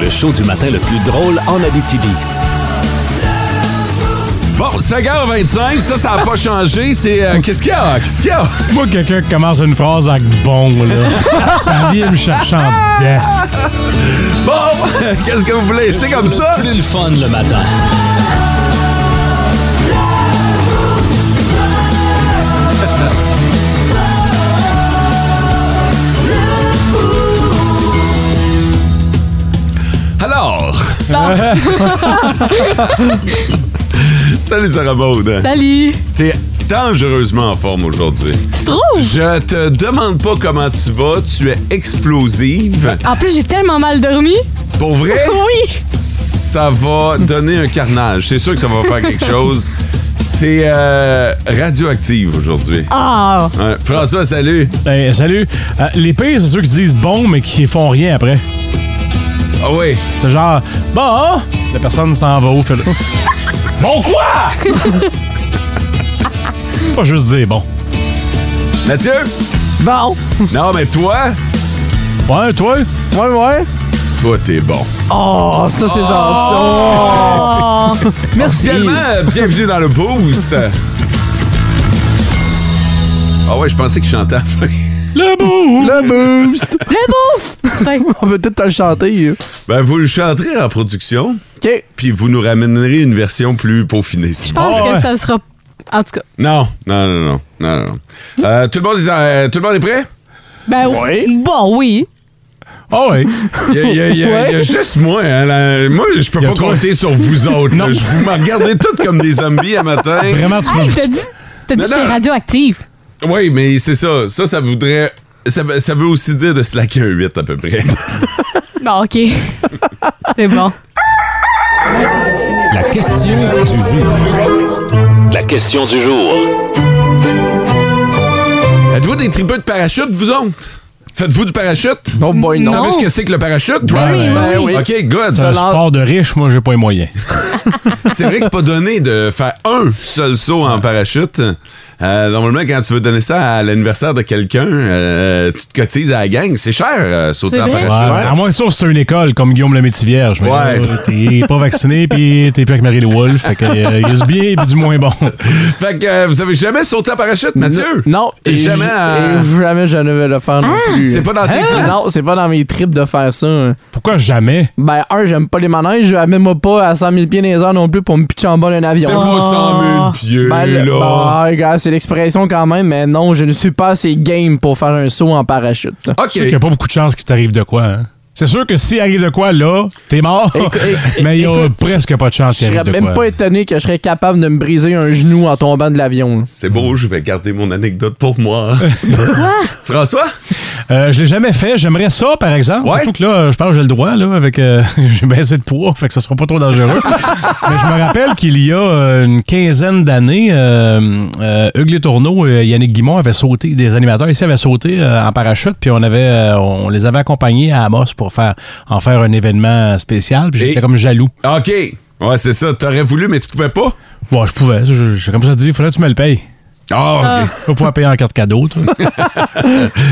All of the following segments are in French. Le show du matin le plus drôle en Abitibi. Bon, 5h25, ça, ça n'a pas changé. C'est. euh, Qu'est-ce qu'il y a? Qu'est-ce qu'il y a? Moi, quelqu'un qui commence une phrase avec bon, là, ça vient me chercher en dedans. Bon, qu'est-ce que vous voulez? C'est comme ça. Plus le fun le matin. Alors. Salut, Sarah Baud. Salut! T'es dangereusement en forme aujourd'hui. Tu trouves? Je te demande pas comment tu vas, tu es explosive. En plus, j'ai tellement mal dormi. Pour vrai, Oui! ça va donner un carnage. C'est sûr que ça va faire quelque chose. T'es euh, radioactive aujourd'hui. Ah! Ouais. François, salut. Hey, salut. Euh, les pires, c'est ceux qui disent bon, mais qui font rien après. Ah oui. C'est genre, bon, la personne s'en va où, fait le- Bon quoi? pas juste dire bon. Mathieu? Bon. Non, mais toi, Ouais, toi? Ouais, ouais. toi, t'es bon. Oh, ça, c'est gentil. Oh. Merci. Officiellement, euh, bienvenue dans le Boost. Ah ouais, je pensais que je chantais à la fin. Le bout! Le boost. Putain. On peut peut-être te le chanter. euh. Ben, vous le chanterez en production, OK. puis vous nous ramènerez une version plus peaufinée. si Je vous voulez. pense Ah ouais. que ça sera. En tout cas, Non, non, non, non. non, non, non. Euh, tout, le monde est, euh, tout le monde est prêt? ben oui. Bon, oui. Ah ouais. Il y a, il y a- il y a- il y a juste moi. hein, là. moi, je peux Il y a pas toi. compter sur vous autres. là. Je vous me regardez toutes comme des zombies à matin. Vraiment, tu Hey, fais- t'as dit, t'as dit Non, que j'étais non. radioactive. Oui, mais c'est ça. Ça, ça voudrait... Ça, veut- ça veut aussi dire de slacker un 8 à peu près. Bon, OK. C'est bon. La question du jour. La question du jour. Êtes-vous des tripeux de parachute, vous autres? Faites-vous du parachute? Oh boy, non. Vous savez Non. ce que c'est que le parachute? toi? oui, Ben oui. oui. OK, C'est good. un Lance- sport de riche, moi, j'ai pas les moyens. C'est vrai que c'est pas donné de faire un seul saut en parachute. Euh, normalement, quand tu veux donner ça à l'anniversaire de quelqu'un, euh, tu te cotises à la gang. C'est cher, euh, sauter C'est en vrai? Ouais, parachute. À moins que sauf si c'est une école comme Guillaume le Métivier-Vierge. Mais Ouais. là, T'es pas vacciné, puis t'es plus avec Marie-Lou Wolfe. Fait que euh, il y a du bien et du moins bon. Fait que euh, vous avez jamais sauté en parachute, Mathieu? Non. T'es et jamais j- à- et jamais je ne vais le faire non plus. C'est pas dans tes plans? Non, c'est pas dans mes tripes de faire ça. hein. Pourquoi jamais? Ben, un, j'aime pas les manèges. Amène-moi pas à 100 000 pieds dans les heures non plus pour me pitcher en bas d'un C'est avion. pas Oh. 100 000 pieds, Ben, le- là. ben, gars, c'est l'expression quand même, mais non, je ne suis pas assez game pour faire un saut en parachute. OK. Il n'y a pas beaucoup de chances qu'il t'arrive de quoi. hein. C'est sûr que s'il arrive de quoi, là, t'es mort. mais il y a presque pas de chance Je qu'il serais arrive de même quoi. pas étonné que je serais capable de me briser un genou en tombant de l'avion. C'est beau, je vais garder mon anecdote pour moi. François? Euh, je l'ai jamais fait. J'aimerais ça, par exemple. Ouais. Surtout que là, euh, je pense que j'ai le droit, là, avec. euh, j'ai baissé de poids, fait que ça sera pas trop dangereux. Mais je me rappelle qu'il y a euh, une quinzaine d'années, euh, euh, Hugues Les Tourneaux et Yannick Guimont avaient sauté, des animateurs ici avaient sauté euh, en parachute, puis on avait, euh, on les avait accompagnés à Amos pour faire, en faire un événement spécial, puis Et- j'étais comme jaloux. OK. Ouais, c'est ça. T'aurais voulu, mais tu pouvais pas? Bon, je pouvais, je- je- comme ça dit, il fallait que tu me le payes. Ah, OK. Je vais pouvoir payer en carte cadeau, toi.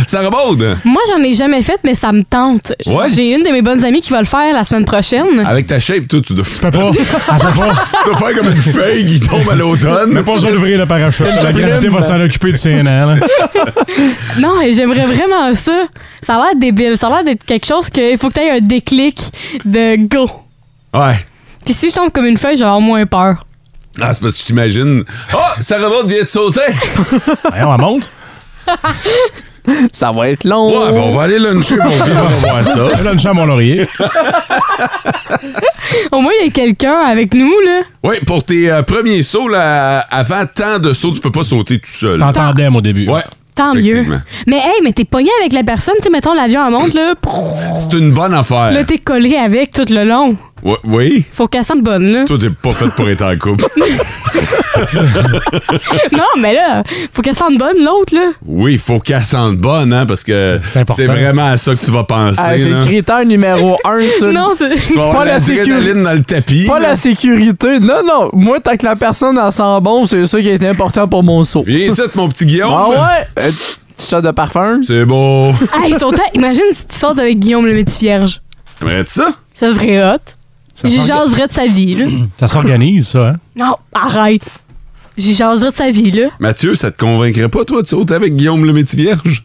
Ça rebaude. Moi, j'en ai jamais fait, mais ça me tente. Ouais. J'ai une de mes bonnes amies qui va le faire la semaine prochaine. Avec ta shape, toi, tu dois, tu Tu peux pas, elle peut pas. dois faire comme une feuille qui tombe à l'automne. Mais pas besoin d'ouvrir le parachute. La gravité va s'en occuper de ses nains, là. Ah. Non, et j'aimerais vraiment ça. Ça a l'air débile. Ça a l'air d'être quelque chose qu'il faut que t'aies un déclic de go. Ouais. Puis si je tombe comme une feuille, j'aurai moins peur. Ah, c'est parce que je t'imagine. Ah, ça rebaude vient de sauter. Voyons, on monte. Ça va être long. Ouais, ben, on va aller luncher, mon vieux, on va voir ça. Je donne chambre à mon laurier. Au moins, il y a quelqu'un avec nous, là. Oui, pour tes euh, premiers sauts, là, avant tant de sauts, tu peux pas sauter tout seul. T'entendais, au début. Ouais. Tant mieux. Effectivement. Mais hey, mais t'es pogné avec la personne, tu sais, mettons l'avion à monte, là. prrr, C'est une bonne affaire. Là, t'es collé avec tout le long. Ouais, Oui. Faut qu'elle sente bonne, là. Toi, t'es pas faite pour être en couple. non, mais là, faut qu'elle sente bonne, l'autre, là. Oui, faut qu'elle sente bonne, hein, parce que C'est important. c'est vraiment à ça que tu vas penser. Ah, c'est là. le critère numéro un, ça. Non, c'est. Tu vas avoir Pas de la l'adrénaline dans le tapis. Pas là. la sécurité. Non, non. Moi, tant que la personne en sent bon, c'est ça qui est important pour mon saut. Viens ici, mon petit Guillaume. Ah ouais? Euh, Petit shot de parfum. C'est beau. Ah, ils sont ta- Imagine si tu sortes avec Guillaume le métier vierge. Aimerais-tu ça? Ça serait hot. Ça J'y s'orga- jaserais de sa vie, là. Ça s'organise, ça, hein? Non, arrête. J'y jaserais de sa vie, là. Mathieu, ça te convaincrait pas, toi, de sauter avec Guillaume le métier vierge?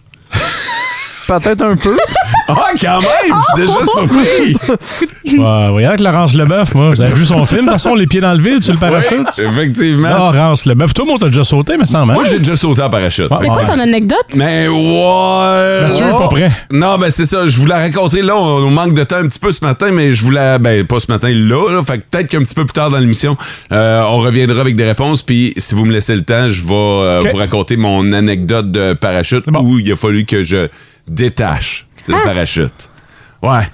Peut-être un peu. Ah, quand même! Je suis déjà surpris! Ouais, voyez avec Laurence Leboeuf, moi. Vous avez vu son film, de toute façon, Les pieds dans le vide sur le parachute? Ah, Ouais, effectivement. Laurence Leboeuf. Tout le monde t'a déjà sauté, mais sans mal. Moi, j'ai déjà sauté en parachute. Ouais. C'est quoi Ah. ton anecdote? Mais ouais! Mathieu est pas prêt. Non, ben c'est ça, je vous la raconter là, on, on manque de temps un petit peu ce matin, mais je vous la... Ben, pas ce matin, là, là fait que peut-être qu'un petit peu plus tard dans l'émission, euh, on reviendra avec des réponses, puis si vous me laissez le temps, je vais euh, Ok. vous raconter mon anecdote de parachute bon. où il a fallu que je détache le parachute. Ouais.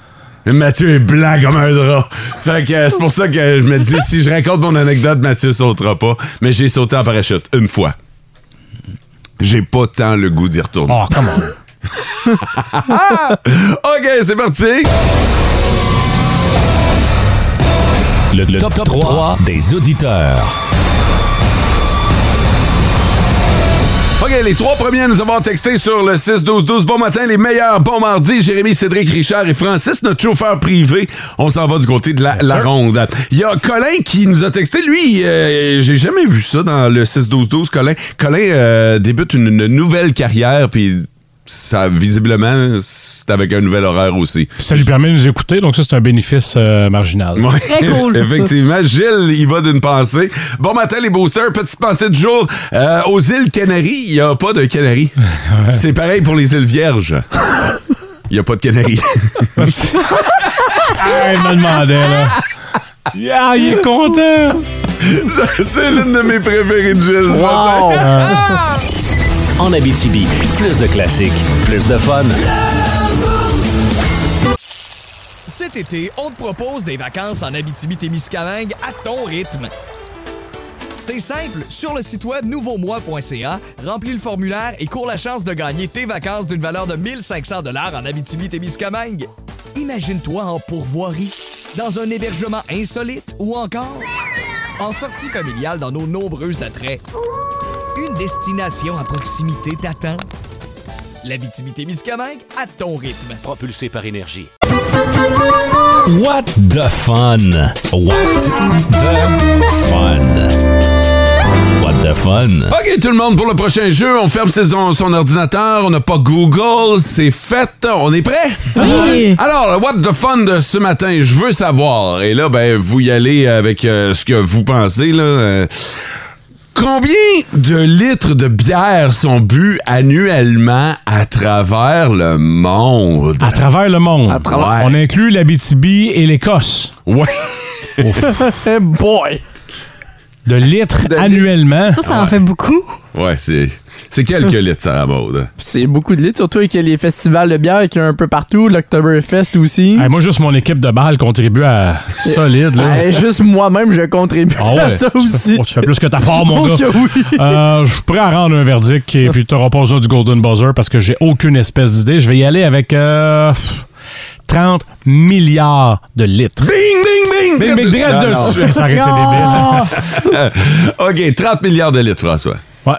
Mathieu est blanc comme un drap. Fait que euh, c'est pour ça que je me dis, si je raconte mon anecdote, Mathieu sautera pas. Mais j'ai sauté en parachute, une fois. J'ai pas tant le goût d'y retourner. Oh, come on. Ah! OK, c'est parti! Le, le top, 3 des auditeurs. OK, les trois premiers à nous avoir texté sur le 6-12-12. Bon matin, les meilleurs. Bon mardi, Jérémy, Cédric, Richard et Francis, notre chauffeur privé. On s'en va du côté de la, la ronde. Il y a Colin qui nous a texté. Lui, euh, j'ai jamais vu ça dans le 6-12-12, Colin. Colin euh, débute une, une nouvelle carrière, puis ça, visiblement, c'est avec un nouvel horaire aussi. Puis ça lui permet de nous écouter, donc ça, c'est un bénéfice euh, marginal. Ouais. Très cool. Effectivement, Gilles, il va d'une pensée. Bon matin, les boosters. Petite pensée du jour. Euh, aux îles Canaries, il n'y a pas de Canaries. C'est pareil pour les îles Vierges. Il n'y a pas de Canaries. Ah, il me demandait, là. Ah, il est content! C'est l'une de mes préférées de Gilles. ce matin. Wow. Ah En Abitibi, plus de classiques, plus de fun. Cet été, on te propose des vacances en Abitibi-Témiscamingue à ton rythme. C'est simple, sur le site web nouveaumois.ca, remplis le formulaire et cours la chance de gagner tes vacances d'une valeur de 1500 dollars en Abitibi-Témiscamingue. Imagine-toi en pourvoirie, dans un hébergement insolite ou encore en sortie familiale dans nos nombreux attraits. Une destination à proximité t'attend. L'Abitibi-Témiscamingue à ton rythme. Propulsé par énergie. What the fun? What the fun? What the fun? OK, tout le monde, pour le prochain jeu, on ferme saison- son ordinateur, on n'a pas Google, c'est fait, on est prêt? Oui. Alors, le What the Fun de ce matin, je veux savoir, et là, ben, vous y allez avec euh, ce que vous pensez, là. euh, combien de litres de bière sont bu annuellement à travers le monde? À travers le monde. À travers- On inclut l'Abitibi et l'Écosse. Ouais. Eh boy. De litres De- annuellement. Ça, ça en fait beaucoup. Ouais, c'est. C'est quelques litres, Sarah Maud? hein. Puis C'est beaucoup de litres, surtout avec les festivals de bière qu'il y a un peu partout, l'Octoberfest aussi. Hey, moi, juste mon équipe de balle contribue à solide. Là. Eh, juste moi-même, je contribue Ah ouais, à ça tu fais- aussi. oh, tu fais plus que ta part, mon Oh gars. que oui. Euh, je suis prêt à rendre un verdict et puis t'auras pas besoin du Golden Buzzer parce que j'ai aucune espèce d'idée. Je vais y aller avec euh, 30 milliards de litres. Bing, bing, bing! Mais, mais Drette direct dessus. Non, dessus. Ça aurait été débile. non. Oh. OK, 30 milliards de litres, François. hein. Ouais.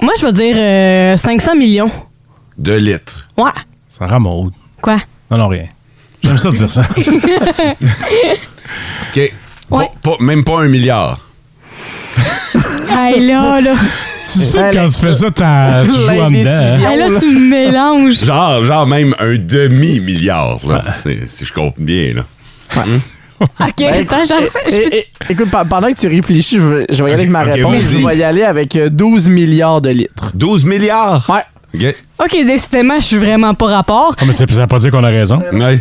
Moi, je vais dire euh, 500 millions. De litres. Ouais. Ça ramode. Quoi? Non, non, rien. J'aime ça dire ça. OK. Ouais. Pas- pas- même pas un milliard. Hey, là, là. tu sais que Elle- quand tu fais ça, t'as- Euh, tu joues en dedans. hein. Hey, là, tu me mélanges. Genre, genre même un demi-milliard, là. C'est- Si je compte bien, là. Hum? OK, attends, j'en je Ben, Eh, peux- eh, écoute, pe- pendant que tu réfléchis, je vais, je vais y aller avec ma Ok, réponse. vas-y. Je vais y aller avec euh, 12 milliards de litres. 12 milliards? Ouais. OK. OK, décidément, je suis vraiment pas rapport. Ah, mais c'est- ça veut pas dire qu'on a raison. Ouais.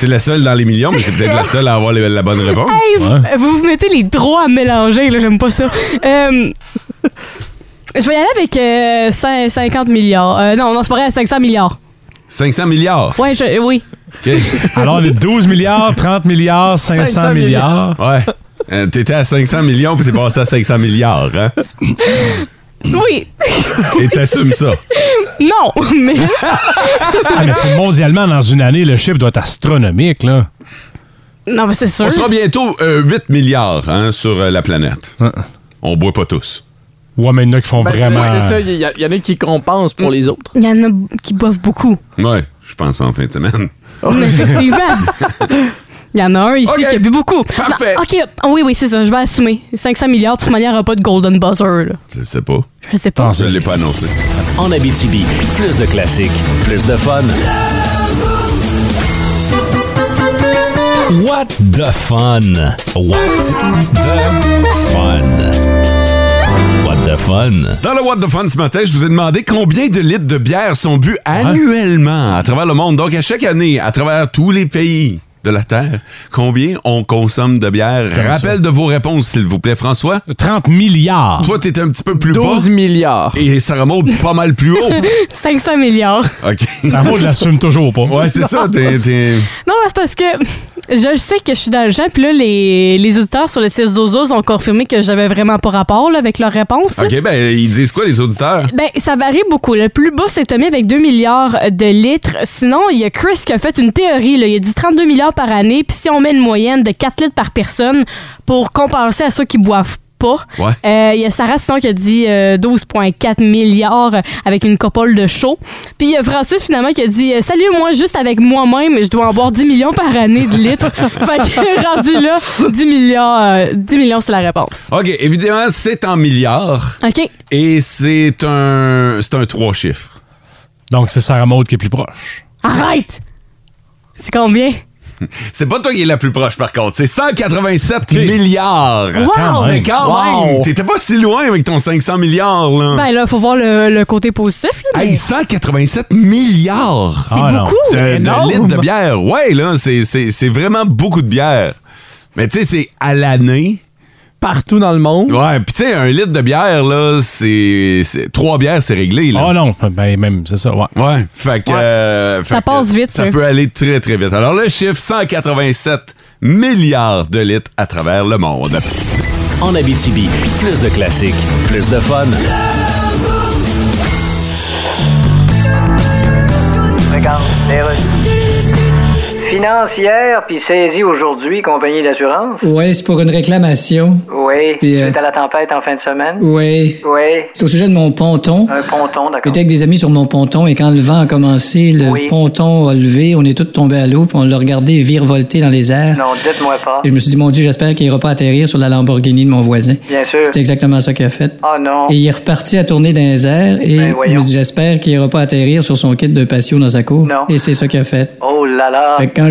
T'es la seule dans les millions, mais t'es peut-être la seule à avoir les- la bonne réponse. Hey, vous- Ouais. vous, vous mettez les trois à mélanger, là, j'aime pas ça. Euh, Je vais y aller avec euh, cin- 50 milliards. Euh, non, non, c'est pas vrai, 500 milliards. 500 milliards. Ouais, je, euh, oui. OK. Alors, les 12 milliards, 30 milliards, 500, 500 milliards. Ouais. Euh, T'étais à 500 millions puis t'es passé à 500 milliards, hein? Oui. Et t'assumes ça. Non, mais Ah, mais c'est mondialement, dans une année, le chiffre doit être astronomique, là. non, mais c'est sûr. On sera bientôt euh, 8 milliards hein, sur euh, la planète. On boit pas tous. Ouais, mais il y en a qui font Ben, vraiment. C'est ça, il y, a- il y en a qui compensent pour les autres. Il y en a qui boivent beaucoup. Ouais, je pense en fin de semaine. Effectivement. Il y en a un ici Ok. qui a bu beaucoup. Parfait. Non, OK, ah oui, oui, c'est ça. Je vais assumer. 500 milliards, de toute manière, il n'y aura pas de golden buzzer. Là. Je sais pas. Je sais pas. Ah, Je l'ai pas annoncé. En Abitibi, plus de classiques, plus de fun. What the fun? What the fun? What the fun? Dans le What the Fun ce matin, je vous ai demandé combien de litres de bière sont bu annuellement à travers le monde. Donc, à chaque année, à travers tous les pays de la Terre, combien on consomme de bière? Rappel de vos réponses, s'il vous plaît, François. 30 milliards. Toi, t'es un petit peu plus 12 bas. milliards. Et ça remonte pas mal plus haut. 500 milliards. OK. La mode l'assume toujours pas. Ouais, c'est ça. T'es, t'es- Non, mais c'est parce que je le sais que je suis dans le genre, puis là, les, les auditeurs sur le 6 12 ont confirmé que j'avais vraiment pas rapport là, avec leurs réponses. là. OK, ben, ils disent quoi, les auditeurs? Ben, ça varie beaucoup. Le plus bas, c'est Tommy avec 2 milliards de litres. Sinon, il y a Chris qui a fait une théorie. Là. Il a dit 32 milliards par année. Puis si on met une moyenne de 4 litres par personne pour compenser à ceux qui boivent pas, Ouais. euh, il y a Sarah sinon qui a dit euh, 12,4 milliards avec une copole de chaud. Puis il y a Francis finalement qui a dit euh, Salut, moi, juste avec moi-même, je dois en boire 10 millions par année de litres. fait que rendu là, 10 milliards, euh, 10 millions, c'est la réponse. OK, évidemment, c'est en milliards OK? et c'est un, c'est un trois chiffres. Donc, c'est Sarah Maud qui est plus proche. Arrête! C'est combien? C'est pas toi qui es la plus proche, par contre. C'est 187 Ok. milliards. Quand Mais même. quand Wow. même, t'étais pas si loin avec ton 500 milliards, là. Ben là, faut voir le, le côté positif. là, mais Ah. Hey, 187 milliards c'est Ah, non. beaucoup. de, de énorme. litres de bière. Ouais, là, c'est- c'est c'est vraiment beaucoup de bière. Mais tu sais, c'est à l'année. Partout dans le monde. Ouais, puis tu sais, un litre de bière, là, c'est... c'est- Trois bières, c'est réglé, là. Ah non, ben même, c'est ça, ouais. Ouais, fait que... euh, fait que passe vite, Ça ça. peut aller très, très vite. Alors, le chiffre, 187 milliards de litres à travers le monde. En Abitibi, plus de classiques, plus de fun. Financière, puis saisie aujourd'hui, compagnie d'assurance. Oui, c'est pour une réclamation. Oui. Puis, euh, C'est à la tempête en fin de semaine. Oui. Oui. C'est au sujet de mon ponton. Un ponton, d'accord. J'étais avec des amis sur mon ponton et quand le vent a commencé, le Oui. ponton a levé, on est tous tombés à l'eau puis on l'a regardé virevolter dans les airs. Non, dites-moi pas. Et je me suis dit, mon Dieu, j'espère qu'il ira pas atterrir sur la Lamborghini de mon voisin. Bien sûr. C'est exactement ça qu'il a fait. Oh non. Et il est reparti à tourner dans les airs et Ben, je voyons. me suis dit, j'espère qu'il ira pas atterrir sur son kit de patio dans sa cour. Non. Et c'est ça qu'il a fait. Oh là là. Fait que quand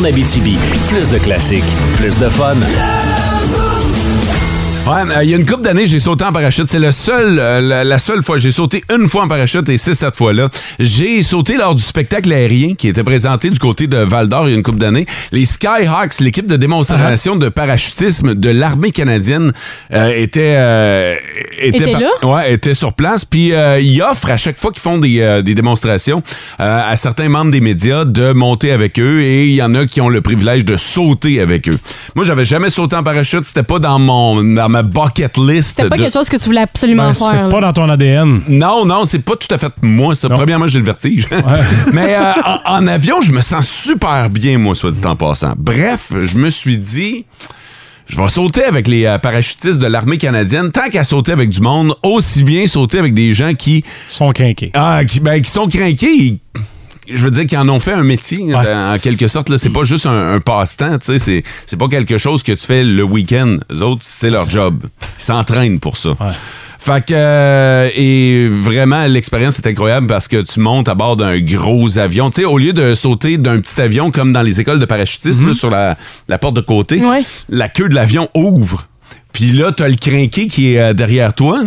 En Abitibi, plus de classiques, plus de fun. Ouais, euh, il y a une couple d'années, j'ai sauté en parachute. C'est le seul, euh, la, la seule fois. J'ai sauté une fois en parachute et c'est cette fois-là. J'ai sauté lors du spectacle aérien qui était présenté du côté de Val d'Or il y a une couple d'années. Les Skyhawks, l'équipe de démonstration Ah. de parachutisme de l'armée canadienne, euh, était, euh, Était par- là? Ouais, était sur place. Puis euh, ils offrent à chaque fois qu'ils font des, euh, des démonstrations euh, à certains membres des médias de monter avec eux et il y en a qui ont le privilège de sauter avec eux. Moi, j'avais jamais sauté en parachute, c'était pas dans mon dans ma bucket list. C'était pas de- quelque chose que tu voulais absolument Ben, faire. c'est là. pas dans ton ADN. non, non, c'est pas tout à fait moi, ça. Premièrement, j'ai le vertige. Mais euh, en, en avion, je me sens super bien, moi, soit dit en passant. Bref, je me suis dit, je vais sauter avec les euh, parachutistes de l'armée canadienne. Tant qu'à sauter avec du monde, aussi bien sauter avec des gens qui, Ils sont quinqués. ah, qui, ben, qui sont craqués. ils- Je veux dire qu'ils en ont fait un métier, Ouais. en en quelque sorte. là. C'est pas juste un, un passe-temps, tu sais. C'est, c'est pas quelque chose que tu fais le week-end. Eux autres, c'est leur job. Ils s'entraînent pour ça. Fait que, euh, et vraiment, l'expérience est incroyable parce que tu montes à bord d'un gros avion. Tu sais, au lieu de sauter d'un petit avion comme dans les écoles de parachutisme, là, sur la, la porte de côté, Ouais. la queue de l'avion ouvre. Puis là, t'as le crinqué qui est euh, derrière toi,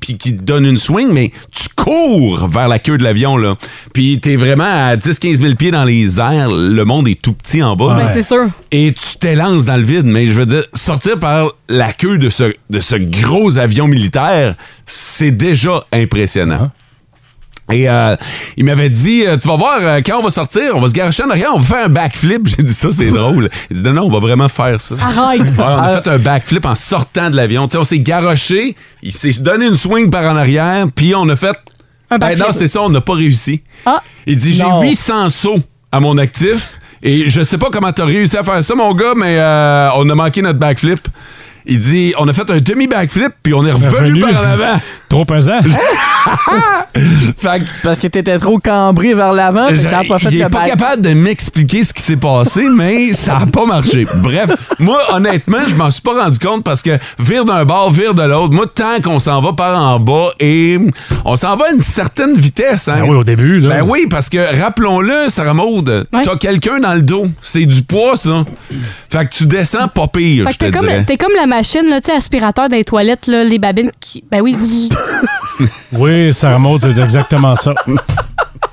puis qui te donne une swing, mais tu cours vers la queue de l'avion, là. Puis t'es vraiment à 10-15 000 pieds dans les airs. Le monde est tout petit en bas. Ben, c'est sûr. Et tu t'élances dans le vide, mais je veux dire, sortir par la queue de ce, de ce gros avion militaire, c'est déjà impressionnant. Uh-huh. Et euh, il m'avait dit, euh, tu vas voir, euh, quand on va sortir, on va se garocher en arrière, on va faire un backflip. J'ai dit, ça, c'est drôle. Il dit, non, non, on va vraiment faire ça. Arrête. Euh, Ouais, on a fait un backflip en sortant de l'avion. Tu sais, on s'est garoché, il s'est donné une swing par en arrière, puis on a fait... Un Ben backflip. non, c'est ça, on n'a pas réussi. Ah, Il dit j'ai Non. 800 sauts à mon actif et je sais pas comment t'as réussi à faire ça mon gars mais euh, on a manqué notre backflip. Il dit on a fait un demi backflip puis on est revenu, par en avant. Trop pesant. Fait que Parce que t'étais trop cambré vers l'avant, fait que ça a pas fait il est que pas back- capable de m'expliquer ce qui s'est passé, mais ça a pas marché. Bref, moi, honnêtement, je m'en suis pas rendu compte parce que vire d'un bord, vire de l'autre. Moi, tant qu'on s'en va par en bas et on s'en va à une certaine vitesse. Hein. Ben oui, au début, là. Ben oui, parce que rappelons-le, Sarah Maud, Ouais. t'as quelqu'un dans le dos. C'est du poids, ça. Fait que tu descends pas pire, fait je que te t'es dirais. comme, t'es comme la machine, là, tu sais, aspirateur des toilettes, là, les babines qui. Ben oui. Oui, ça remonte, c'est exactement ça.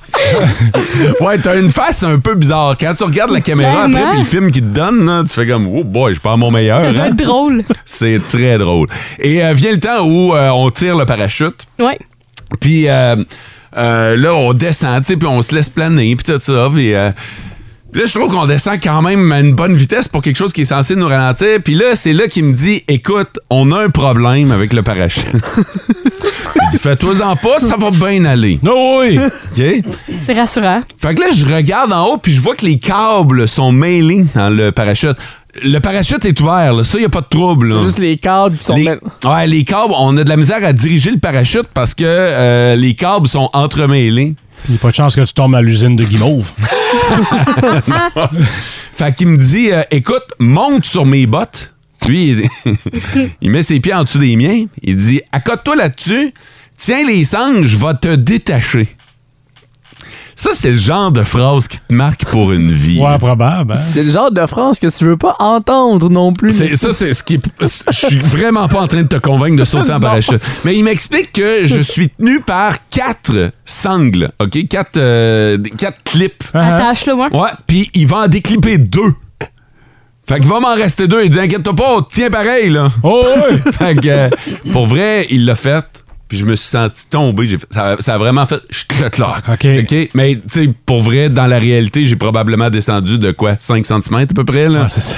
Ouais, t'as une face un peu bizarre. Quand tu regardes la caméra Vraiment? après puis le film qu'il te donne, là, tu fais comme « Oh boy, je prends mon meilleur. Ça doit hein. être drôle. C'est très drôle. Et euh, vient le temps où euh, on tire le parachute. Ouais. Puis euh, euh, là, on descend, tu sais, puis on se laisse planer, puis tout ça. Puis euh, puis là, je trouve qu'on descend quand même à une bonne vitesse pour quelque chose qui est censé nous ralentir. Puis là, c'est là qu'il me dit Écoute, on a un problème avec le parachute. Il dit Fais-toi-en pas, ça va bien aller. Non, oui. OK? C'est rassurant. Fait que là, je regarde en haut, puis je vois que les câbles sont mêlés dans le parachute. Le parachute est ouvert, là. ça, il a pas de trouble. là. C'est juste les câbles qui sont. Les, mal- ouais, les câbles, on a de la misère à diriger le parachute parce que euh, les câbles sont entremêlés. Il n'y a pas de chance que tu tombes à l'usine de Guimauve. Fait qu'il me dit euh, écoute, monte sur mes bottes. Lui, il, il met ses pieds en dessous des miens. Il dit accote-toi là-dessus, tiens les sangs, je vais te détacher. Ça, c'est le genre de phrase qui te marque pour une vie. Ouais, probable. hein. C'est le genre de phrase que tu veux pas entendre non plus. C'est- ça, c'est ce qui. est- Je suis vraiment pas en train de te convaincre de sauter en parachute. Mais il m'explique que je suis tenu par quatre sangles, OK? Quatre, euh, des- quatre clips. Ah Attache-le, moi. Ouais, puis il va en déclipper deux. Fait qu'il va m'en rester deux. Il dit Inquiète-toi pas, on te tient pareil, là. Oh, oui. Fait que, euh, pour vrai, il l'a fait. Puis je me suis senti tomber. J'ai fait- ça, ça a vraiment fait. Je te clair. OK. Mais, tu sais, pour vrai, dans la réalité, j'ai probablement descendu de quoi 5 cm à peu près, là. Ah, c'est ça.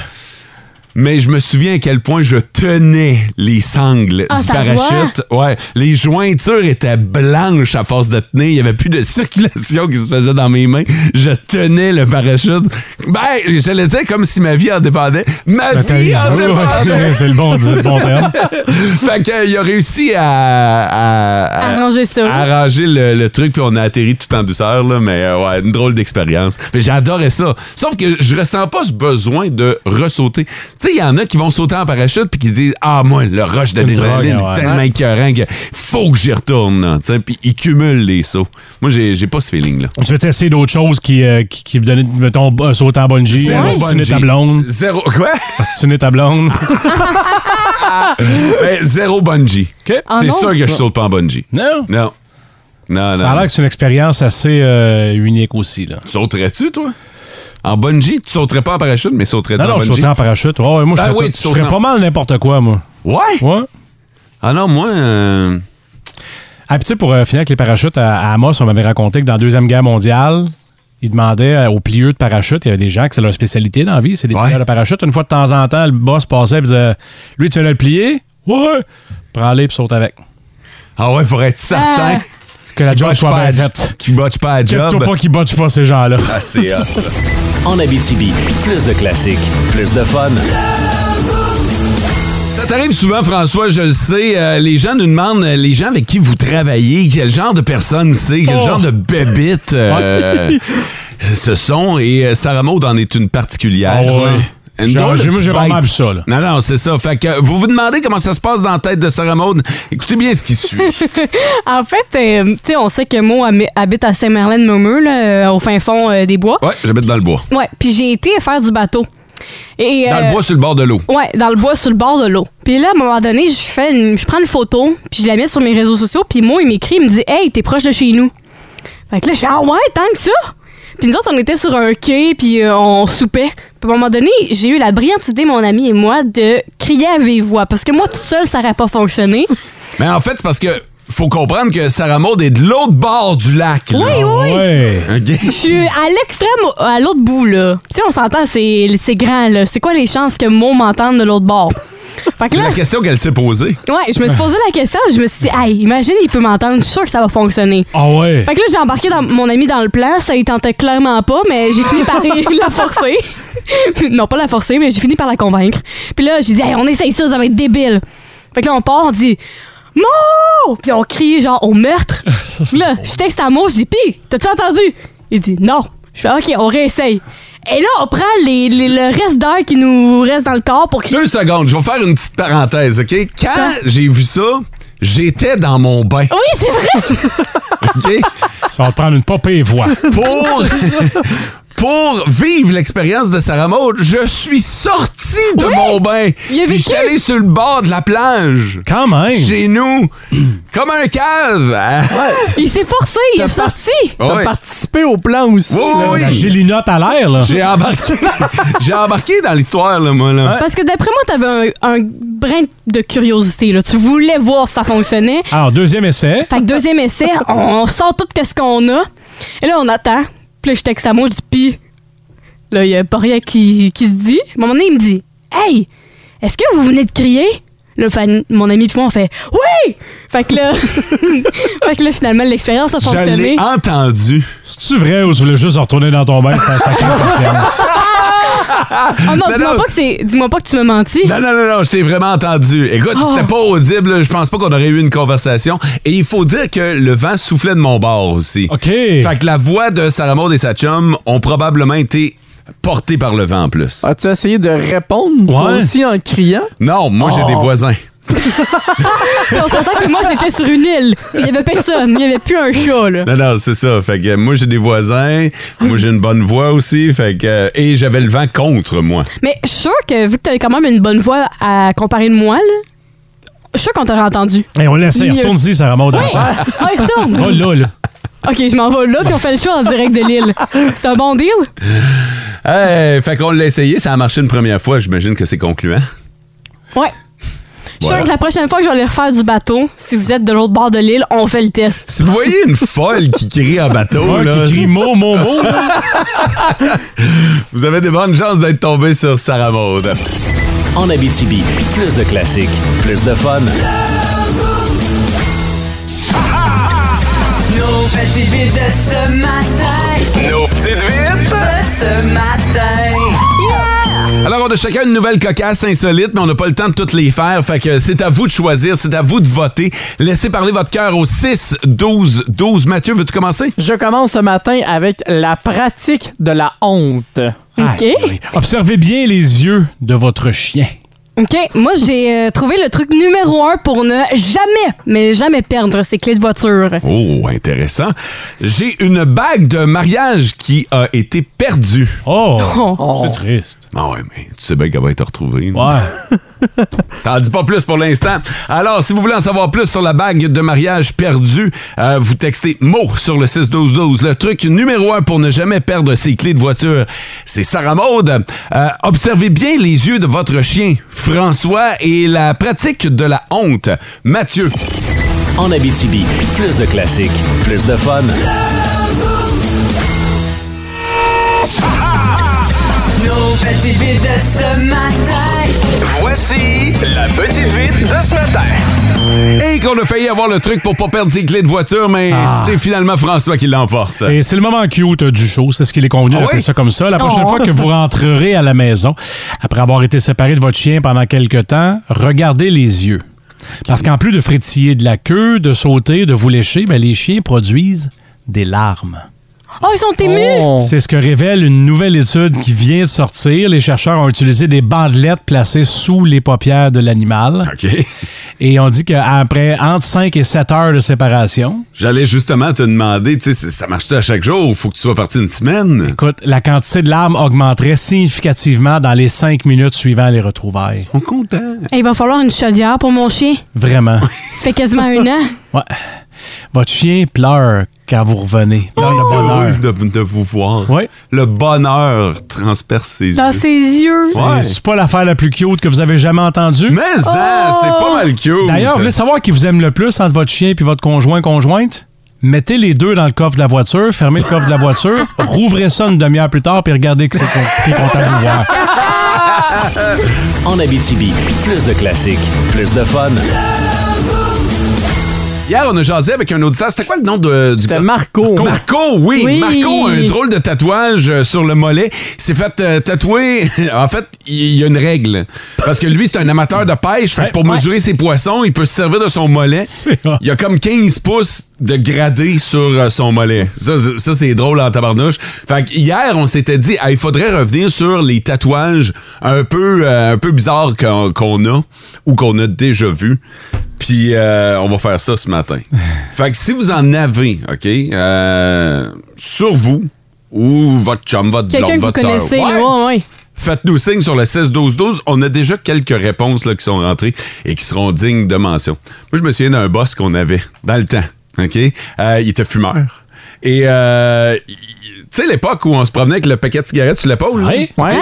Mais je me souviens à quel point je tenais les sangles Ah, du ça parachute. Ouais, les jointures étaient blanches à force de tenir. Il n'y avait plus de circulation qui se faisait dans mes mains. Je tenais le parachute. Ben, j'allais dire comme si ma vie en dépendait. Ma Ben, t'as eu- vie en Ouais, dépendait. ouais, c'est le bon, c'est le bon ben, terme. fait qu'il a réussi à, à- à- Arranger ça. à arranger le, le truc, puis on a atterri tout en douceur, là, mais euh, ouais, une drôle d'expérience. Mais j'adorais ça. Sauf que je ressens pas ce besoin de ressauter. Tu sais, il y en a qui vont sauter en parachute, puis qui disent Ah, moi, le rush d'adrénaline drogue, ouais. est tellement écœurant que faut que j'y retourne. là. Tu sais, Puis ils cumulent les sauts. Moi, j'ai j'ai pas ce feeling-là. Tu veux essayer d'autres choses qui, euh, qui, qui me donnaient, mettons, un saut en bungee, Zéro astiner bungee. ta blonde, Zéro. Quoi? astiner ta blonde. Ben, zéro bungee. Ah c'est non? sûr que je saute pas en bungee. Non. Non. Non, Ça a non. l'air que c'est une expérience assez euh, unique aussi, là. Tu sauterais-tu, toi? En bungee? Tu sauterais pas en parachute, mais sauterais-tu Non, en non, je bungee? sauterais en parachute. Ouais, ouais, moi, je Ben ferais oui, tout- tu je ferais sauterais en- pas mal n'importe quoi, moi. Ouais? Ouais. Ah non, moi... euh, Ah, puis tu sais, pour euh, finir avec les parachutes, à, à Amos, on m'avait raconté que dans la Deuxième Guerre mondiale, ils demandaient euh, aux plieurs de parachute, il y avait des gens que c'est leur spécialité dans la vie, c'est des Ouais. plieurs de parachute. Une fois de temps en temps, le boss passait et disait Lui, tu veux le plier Ouais Prends-les puis saute avec. Ah ouais, pour être certain Ah. Que la qu'il job botche soit pas bien à- faite. qu'il botche pas à Inquiète-toi job. pas qu'ils botchent pas ces gens-là. Ah, c'est hot. En Abitibi, plus de classiques, plus de fun. Ça t'arrive souvent, François, je le sais. euh, les gens nous demandent, euh, les gens avec qui vous travaillez, quel genre de personne c'est, quel Oh. genre de bébite euh, ce sont. Et euh, Sarah Maud en est une particulière. Ah ouais. là. Une Genre, drôle de j'ai- moi, petite j'ai vraiment bête. vu ça, là. Non, non, c'est ça. Fait que vous vous demandez comment ça se passe dans la tête de Sarah Maud. Écoutez bien ce qui suit. En fait, euh, tu sais, on sait que Mo hab- habite à Saint-Merlin-de-Memeux, là, euh, au fin fond euh, des bois. Ouais, j'habite dans le bois. Ouais, puis j'ai été faire du bateau. Et, Dans euh, le bois, sur le bord de l'eau. Ouais, dans le bois, sur le bord de l'eau. Puis là, à un moment donné, je fais une- je prends une photo, puis je la mets sur mes réseaux sociaux, puis moi, il m'écrit, il me dit Hey, t'es proche de chez nous. Fait que là, je fais Ah ouais, tant que ça. Puis nous autres, on était sur un quai, puis euh, on soupait. Puis à un moment donné, j'ai eu la brillante idée, mon ami et moi, de crier à vive voix. Parce que moi, toute seule, ça n'aurait pas fonctionné. Mais en fait, c'est parce que faut comprendre que Sarah Maud est de l'autre bord du lac. là. Oui, oui. Ah Ouais. OK? Je suis à l'extrême, à l'autre bout, là. Tu sais, on s'entend, c'est c'est grand, là. C'est quoi les chances que Mo m'entende de l'autre bord? Fait que C'est là, la question qu'elle s'est posée. ouais, je me suis posé la question, je me suis dit, hey, imagine, il peut m'entendre, je suis sûre que ça va fonctionner. Ah ouais. Fait que là, j'ai embarqué dans mon ami dans le plan, ça il tentait clairement pas, mais j'ai fini par la forcer. non, pas la forcer, mais j'ai fini par la convaincre. Puis là, j'ai dit, hey, on essaye ça, ça va être débile. Fait que là, on part, on dit, Mo! Puis on crie, genre, au meurtre. Ça, c'est- Là, je texte à Mo, je dis Pis, t'as-tu entendu? Il dit Non. Je fais OK, on réessaye. Et là, on prend les, les- le reste d'air qui nous reste dans le corps pour qu'il. Deux secondes, je vais faire une petite parenthèse, OK? Quand j'ai vu ça, j'étais dans mon bain, Oui, c'est vrai! OK? Ça va te prendre une pas pire voix. Pour, pour vivre l'expérience de Sarah Maud, je suis sorti de Oui! mon bain. Il a Puis je suis vécu. allé sur le bord de la plage. Quand même. Chez nous, comme un cave. Il s'est forcé, il est sorti! T'as Ouais. participé au plan aussi. Oui, là. oui, La oui. gélinotte à l'air, là. J'ai embarqué, j'ai embarqué dans l'histoire, là, moi, là. Parce que d'après moi, t'avais un, un brin de curiosité. Là. Tu voulais voir si ça fonctionnait. Alors, deuxième essai. Fait que deuxième essai, on, on sort tout qu'est-ce qu'on a. Et là, on attend. Puis là, je texte à moi, je dis Pis, là, il y a pas rien qui, qui se dit. À un moment donné, il me dit Hey, est-ce que vous venez de crier? Là, fan- mon ami puis moi, on fait Oui! Fait que là, fait que là finalement, l'expérience a Je fonctionné. l'ai entendu. C'est-tu vrai ou tu voulais juste retourner dans ton bain et faire sa carte de patience? Oh non, Ah, Non, dis-moi non. pas, que c'est- dis-moi pas que tu me mentis. Non, non, non, non, je t'ai vraiment entendu. Écoute, Oh. c'était pas audible. là. Je pense pas qu'on aurait eu une conversation. Et il faut dire que le vent soufflait de mon bord aussi. OK. Fait que la voix de Sarah Maud et sa chum ont probablement été portées par le vent en plus. As-tu essayé de répondre toi Ouais. aussi en criant? Non, moi, j'ai Oh. des voisins. Puis on s'entend que moi, j'étais sur une île. Il y avait personne. Il y avait plus un chat, là. Non, non, c'est ça. Fait que euh, moi, j'ai des voisins. Moi, j'ai une bonne voix aussi. Fait que... euh, et j'avais le vent contre moi. Mais je suis sûre que, vu que t'as quand même une bonne voix à comparer de moi, là, je suis sûre qu'on t'aurait entendu. Et Eh, on l'essaie. Mieux. Retourne-y, ça remonte. Oui! Ah, Ah, il retourne! là, là. OK, je m'en vais là, puis on fait le show en direct de Lille. C'est un bon deal? Hey, fait qu'on l'a essayé. Ça a marché une première fois. J'imagine que c'est concluant. Ouais. Je suis Voilà. sûre que la prochaine fois que je vais aller refaire du bateau, si vous êtes de l'autre bord de l'île, on fait le test. Si vous voyez une folle qui crie en bateau, Moi là, qui crie mot, mot, mot. là. vous avez des bonnes chances d'être tombé sur Sarah Maud. En Abitibi, plus de classiques, plus de fun. Nos petites vites de ce matin, Nos petites vites! de ce matin. Alors, on a chacun une nouvelle cocasse insolite, mais on n'a pas le temps de toutes les faire. Fait que c'est à vous de choisir, c'est à vous de voter. Laissez parler votre cœur au 6 12 12. Mathieu, veux-tu commencer? Je commence ce matin avec la pratique de la honte. OK? Observez bien les yeux de votre chien. OK. Moi, j'ai euh, trouvé le truc numéro un pour ne jamais, mais jamais perdre ses clés de voiture. Oh, intéressant. J'ai une bague de mariage qui a été perdue. Oh, Oh. c'est triste. Ah ouais, mais tu sais bien qu'elle va être retrouvée. là. Ouais. T'en dis pas plus pour l'instant. Alors, si vous voulez en savoir plus sur la bague de mariage perdue, euh, vous textez mot sur le 6-12-12. Le truc numéro un pour ne jamais perdre ses clés de voiture, c'est Sarah Maude. observez bien les yeux de votre chien, François, et la pratique de la honte, Mathieu. En Abitibi, plus de classiques, plus de fun. Nos petites vites de ce matin, Voici la petite vite de ce matin. Et qu'on a failli avoir le truc pour pas perdre ses clés de voiture, mais c'est finalement François qui l'emporte. Et c'est le moment cute du show, c'est ce qu'il est convenu Ah d'appeler oui? ça comme ça. La prochaine Oh. fois que vous rentrerez à la maison, après avoir été séparé de votre chien pendant quelque temps, regardez les yeux. Parce qu'en plus de frétiller de la queue, de sauter, de vous lécher, ben, les chiens produisent des larmes. Oh, ils sont émus! C'est ce que révèle une nouvelle étude qui vient de sortir. Les chercheurs ont utilisé des bandelettes placées sous les paupières de l'animal. Et on dit qu'après entre 5 et 7 heures de séparation, J'allais justement te demander, tu sais, ça- ça marche-tu à chaque jour ou faut que tu sois parti une semaine? écoute, la quantité de larmes augmenterait significativement dans les 5 minutes suivant les retrouvailles. On content. Eh, il va falloir une chaudière pour mon chien. Vraiment. Ça fait quasiment un an. Ouais. Votre chien pleure quand vous revenez. Il Pleure de bonheur. Heureux Oh, de, de vous voir. Oui. Le bonheur transperce ses Dans yeux. ses yeux. C'est- Ouais. C'est pas l'affaire la plus cute que vous avez jamais entendue. Mais ça, Oh! c'est pas mal cute. D'ailleurs, vous voulez savoir qui vous aime le plus entre votre chien et votre conjoint-conjointe? Mettez les deux dans le coffre de la voiture, fermez le coffre de la voiture, rouvrez ça une demi-heure plus tard, puis regardez que c'est con- qui est content de vous voir. En Abitibi, plus de classiques, plus de fun. Hier, on a jasé avec un auditeur. C'était quoi le nom de, du C'était gars? Marco. Marco, oui. Oui. Marco a un drôle de tatouage euh, sur le mollet. Il s'est fait euh, tatouer. en fait, il y a une règle. Parce que lui, c'est un amateur de pêche. Fait que pour mesurer ses poissons, il peut se servir de son mollet. C'est vrai. Il y a comme 15 pouces de gradé sur euh, son mollet. Ça, c'est- ça, c'est drôle en tabarnouche. Fait que hier, on s'était dit, Ah, il faudrait revenir sur les tatouages un peu, euh, un peu bizarres qu'on qu'on a ou qu'on a déjà vus. Puis euh, on va faire ça ce matin. fait que si vous en avez, OK, euh, sur vous ou votre chum, votre Quelqu'un blonde, que vous votre sœur, connaissez, ouais, là, ouais, ouais. Faites-nous signe sur le 16-12-12. On a déjà quelques réponses là, qui sont rentrées et qui seront dignes de mention. Moi, je me souviens d'un boss qu'on avait dans le temps. OK? Euh, il était fumeur. Et euh, il- tu sais, l'époque où on se promenait avec le paquet de cigarettes sur l'épaule. là? Oui. Ouais.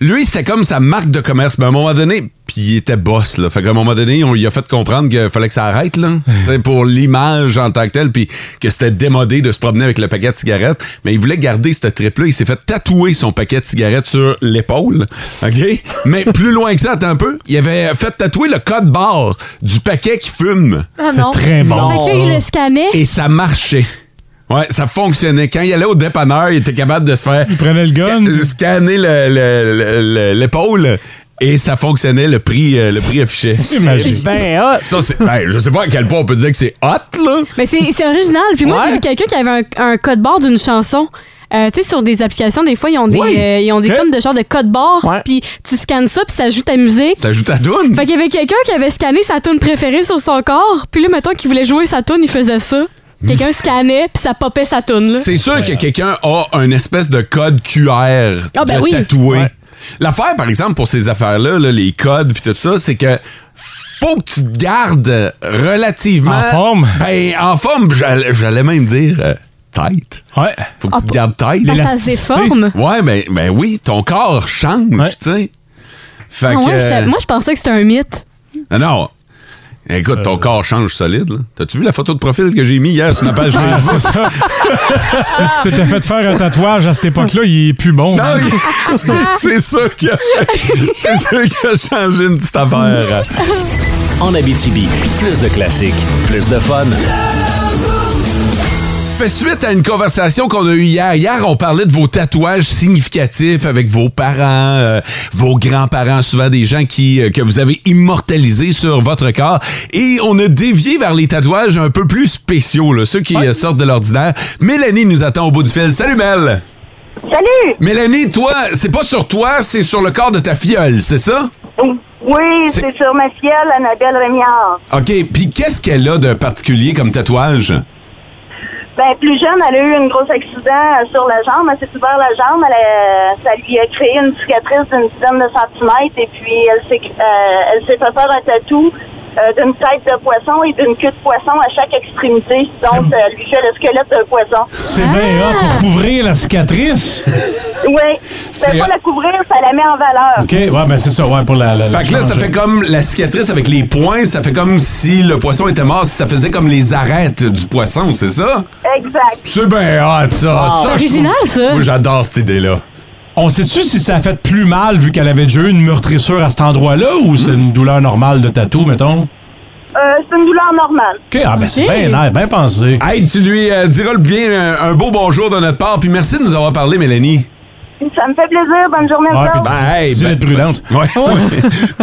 Lui, c'était comme sa marque de commerce. Mais à un moment donné, puis il était boss. Là. Fait qu'à un moment donné, on lui a fait comprendre qu'il fallait que ça arrête, là. Tu sais, pour l'image en tant que telle, puis que c'était démodé de se promener avec le paquet de cigarettes. Mais il voulait garder ce trip-là. Il s'est fait tatouer son paquet de cigarettes sur l'épaule. OK? Mais plus loin que ça, attends un peu. Il avait fait tatouer le code barre du paquet qui fume. Ah C'est non. très bon. Fait que là, il le scanner. Et ça marchait. Ouais, ça fonctionnait. Quand il allait au dépanneur, il était capable de se faire. Il prenait le gun. Scanner le- le- le- le- l'épaule. Et ça fonctionnait, le prix, euh, le prix affiché. C'est magique. Ben, ah, Ça, c'est. Ben, je sais pas à quel point on peut dire que c'est hot, là. Mais c'est c'est original. Puis moi, Ouais. j'ai vu quelqu'un qui avait un, un code barre d'une chanson. Euh, tu sais, sur des applications, des fois, ils ont des, Oui. euh, ils ont des Ok. comme de genre de code barre. Ouais. Puis tu scannes ça, puis ça joue ta musique. Ça joue ta toune. Fait qu'il y avait quelqu'un qui avait scanné sa tune préférée sur son corps. Puis là, mettons qu'il voulait jouer sa tune, il faisait ça. Quelqu'un scannait, puis ça popait sa tune, là. C'est sûr que quelqu'un a une espèce de code QR Ah, ben de oui. tatoué. Ouais. L'affaire, par exemple, pour ces affaires-là, là, les codes puis tout ça, c'est que faut que tu te gardes relativement... En forme. Ben, en forme, j'allais j'allais même dire euh, tête. Ouais. Faut que Ah, tu te pour- gardes tête. Parce que ça se l'élasticité. déforme. Ouais, ben, ben oui, ton corps change, Ouais. tu sais. Fait Ah que... ouais, je sais- moi, je pensais que c'était un mythe. Non, non. Écoute, Euh. ton corps change solide. là. T'as-tu vu la photo de profil que j'ai mis hier sur ma page Ah, Facebook? c'est ça. si tu t'étais fait faire un tatouage à cette époque-là, il est plus bon. hein. Non, il- c'est- c'est sûr qu'il a, c'est sûr qu'il a changé une petite affaire. En Abitibi, plus de classiques, plus de fun. Fait suite à une conversation qu'on a eue hier. Hier, on parlait de vos tatouages significatifs avec vos parents, euh, vos grands-parents, souvent des gens qui euh, que vous avez immortalisés sur votre corps. Et on a dévié vers les tatouages un peu plus spéciaux, là, ceux qui euh, sortent de l'ordinaire. Mélanie nous attend au bout du fil. Salut, Mel! Salut! Mélanie, toi, c'est pas sur toi, c'est sur le corps de ta fiole, c'est ça? Oui, C'est- c'est sur ma fiole, Annabelle Rémiard. OK, puis qu'est-ce qu'elle a de particulier comme tatouage? Ben, plus jeune, elle a eu un gros accident euh, sur la jambe. Elle s'est ouvert la jambe. Elle a- ça lui a créé une cicatrice d'une dizaine de centimètres. Et puis, elle s'est euh, elle s'est fait faire un tatou euh, d'une tête de poisson et d'une queue de poisson à chaque extrémité. Donc, ça lui fait le squelette d'un poisson. C'est bien hot pour couvrir la cicatrice. Oui. C'est- Ben, pas la couvrir, ça la met en valeur. OK, ouais, ben c'est ça, ouais, pour la. la- la Fait que là, ça changer. fait comme la cicatrice avec les points, ça fait comme si le poisson était mort, ça faisait comme les arêtes du poisson, c'est ça? Exact. C'est bien hot, Ah, ça! ça je Original, trouve- ça. Moi, j'adore Ah, cette idée-là. On sait-tu si ça a fait plus mal vu qu'elle avait déjà eu une meurtrissure à cet endroit-là ou c'est une douleur normale de tatou, mettons? Euh, c'est une douleur normale. OK, ah ben c'est Ok. bien nice, bien pensé. euh, Hey, tu lui euh, diras le bien un, un beau bonjour de notre part, puis merci de nous avoir parlé, Mélanie. Ça me fait plaisir. Bonne journée à ben, vous. autres. prudente.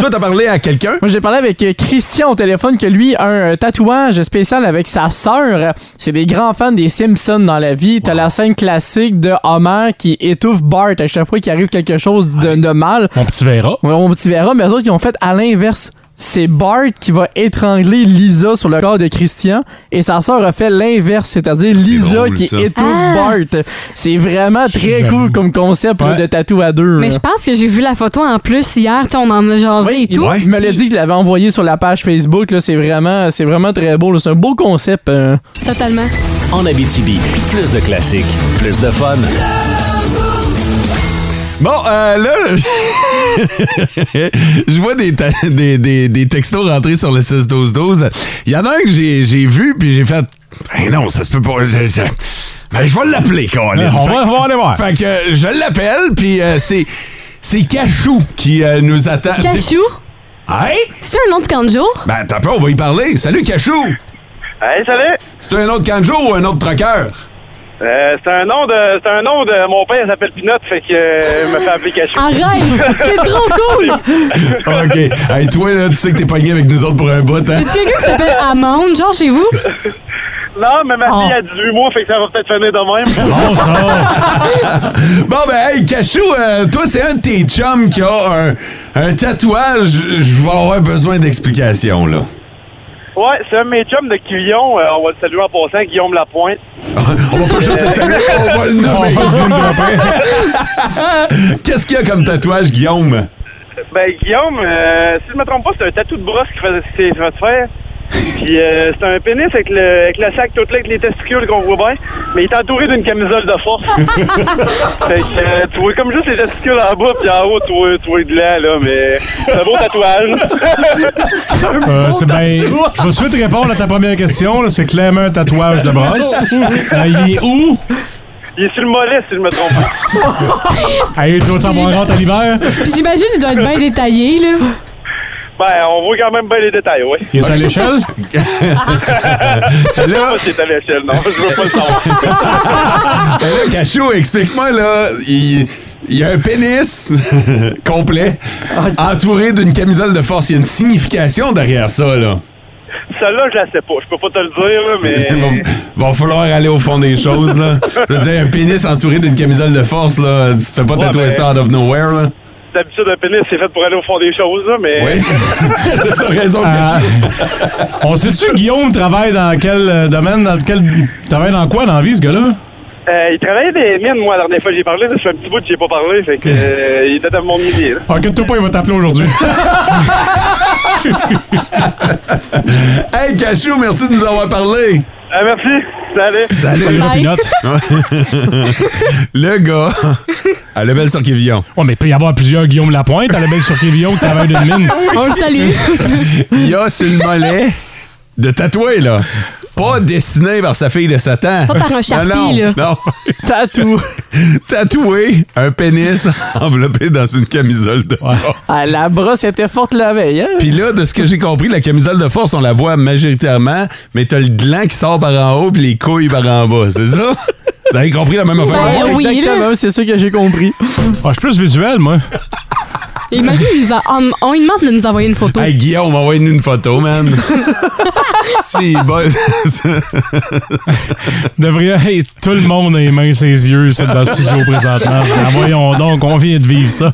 Toi, t'as parlé à quelqu'un? Moi, j'ai parlé avec euh, Christian au téléphone que lui a un euh, tatouage spécial avec sa sœur. C'est des grands fans des Simpsons dans la vie. T'as la scène classique de Homer qui étouffe Bart à chaque fois qu'il arrive quelque chose de, de mal. Mon petit verra. mon petit verra, mais eux autres, ils ont fait à l'inverse. C'est Bart qui va étrangler Lisa sur le corps de Christian et sa sœur a fait l'inverse, c'est-à-dire Lisa drôle, qui ça. étouffe Ah! Bart. C'est vraiment très cool comme concept là, de tatou à deux. Mais là. je pense que j'ai vu la photo en plus hier, tu sais, on en a jasé et Oui, tout. Il me l'a dit qu'il l'avait envoyé sur la page Facebook. là. C'est vraiment, c'est vraiment très beau. là. C'est un beau concept. euh. Totalement. En Abitibi, plus de classiques, plus de fun. Bon, euh, là, je- je vois des, te- des, des, des textos rentrés sur le 6-12-12. Il y en a un que j'ai j'ai vu, puis j'ai fait Ben non, ça se peut pas. Je, je- ben, je vais l'appeler, Colin. On va- Fait- on va aller voir. Fait que euh, je l'appelle, puis euh, c'est. C'est Cachou qui euh, nous attend. Cachou? Hein? C'est un nom de canjo? Ben, t'as pas, on va y parler. Salut, Cachou! Hey, salut! C'est un autre Kanjo ou un autre trucker? Euh, c'est un nom de. C'est un nom de. Mon père s'appelle Pinot, fait que euh, il me fait appeler Cachou. Arrête! Ah, C'est trop cool! OK. Hey, toi, là, tu sais que t'es pogné avec nous autres pour un bout, hein? Y'a-tu quelqu'un qui s'appelle Amande, genre chez vous? Ah. Non, mais ma fille a 18 mois, fait que ça va peut-être finir de même. Bon, ça! bon, ben, hey, Cachou, euh, toi, c'est un de tes chums qui a un, un tatouage. Je vais avoir besoin d'explications, là. Ouais, c'est un de mes chums de Quillon. euh, on va le saluer en passant, Guillaume Lapointe. Ah, on va pas juste le saluer, on va le nommer. Qu'est-ce qu'il y a comme tatouage, Guillaume? Ben, Guillaume, euh, si je me trompe pas, c'est un tatou de brosse qu'il faisait- qu'il va se faire. Puis euh, c'est un pénis avec le, avec le sac tout là, avec les testicules qu'on voit bien. Mais il est entouré d'une camisole de force. fait que euh, tu vois comme juste les testicules en bas, puis en haut, tu vois, tu vois de là, là. Mais c'est un beau tatouage. Euh, c'est ben, je vais tout de suite répondre à ta première question. là. C'est clairement un tatouage de brosse. Euh, il est où? il est sur le mollet, si je me trompe pas. Hey, tu vas-tu avoir un rentre à l'hiver? Puis J'imagine qu'il doit être bien détaillé, là. ben, on voit quand même bien les détails, oui. Il est à l'échelle? Ben Je sais pas s'il est à l'échelle, non. Je veux pas le savoir. Ben là, Cachou, explique-moi, là. Il, il y a un pénis complet entouré d'une camisole de force. Il y a une signification derrière ça, là. Celle-là, je la sais pas. Je peux pas te le dire, là, mais... Va falloir aller au fond des choses, là. Je veux dire, un pénis entouré d'une camisole de force, là, tu t'as pas Ouais, tatoué mais- ça out of nowhere, là. D'habitude, un pénis, c'est fait pour aller au fond des choses, là, Oui. mais... T'as raison, Ah. On sait-tu, Guillaume, travaille dans quel euh, domaine? Dans quel... Travaille dans quoi dans la vie, ce gars-là? Euh, il travaillait des mines, moi, la dernière fois que j'ai parlé. Là, ça fait un petit bout que j'ai pas parlé, fait que... euh, il était dans mon milieu, là. Inquiète-toi pas, il va t'appeler aujourd'hui. Hey, Cachou, merci de nous avoir parlé. Ah, merci. Salut. Salut. Salut, la pinotte. le gars, à la belle Sorquévillon. Ouais, mais il peut y avoir plusieurs Guillaume Lapointe à la belle sur Kévillon qui travaille d'une mine. On le salue. Il y a sur le mollet de tatoué, là. Pas dessiné par sa fille de Satan. Pas par un Sharpie, non, non, là. Non. Tatou. Tatoué, un pénis enveloppé dans une camisole de force. Ah, la brosse était forte la veille. Hein? Puis là, de ce que j'ai compris, la camisole de force, on la voit majoritairement, mais t'as le gland qui sort par en haut puis les couilles par en bas, c'est ça? Vous avez compris la même affaire? Ben que Ouais, moi? Exactement, c'est ça que j'ai compris. Ah, je suis plus visuel, moi. Imagine, ils nous a- on, on lui demande de nous envoyer une photo. Hey, Guillaume, envoie-nous une photo, man. si, bon. Devrait hey, tout le monde a les mains, ses yeux, c'est dans le studio présentement. Ah, voyons donc, on vient de vivre ça.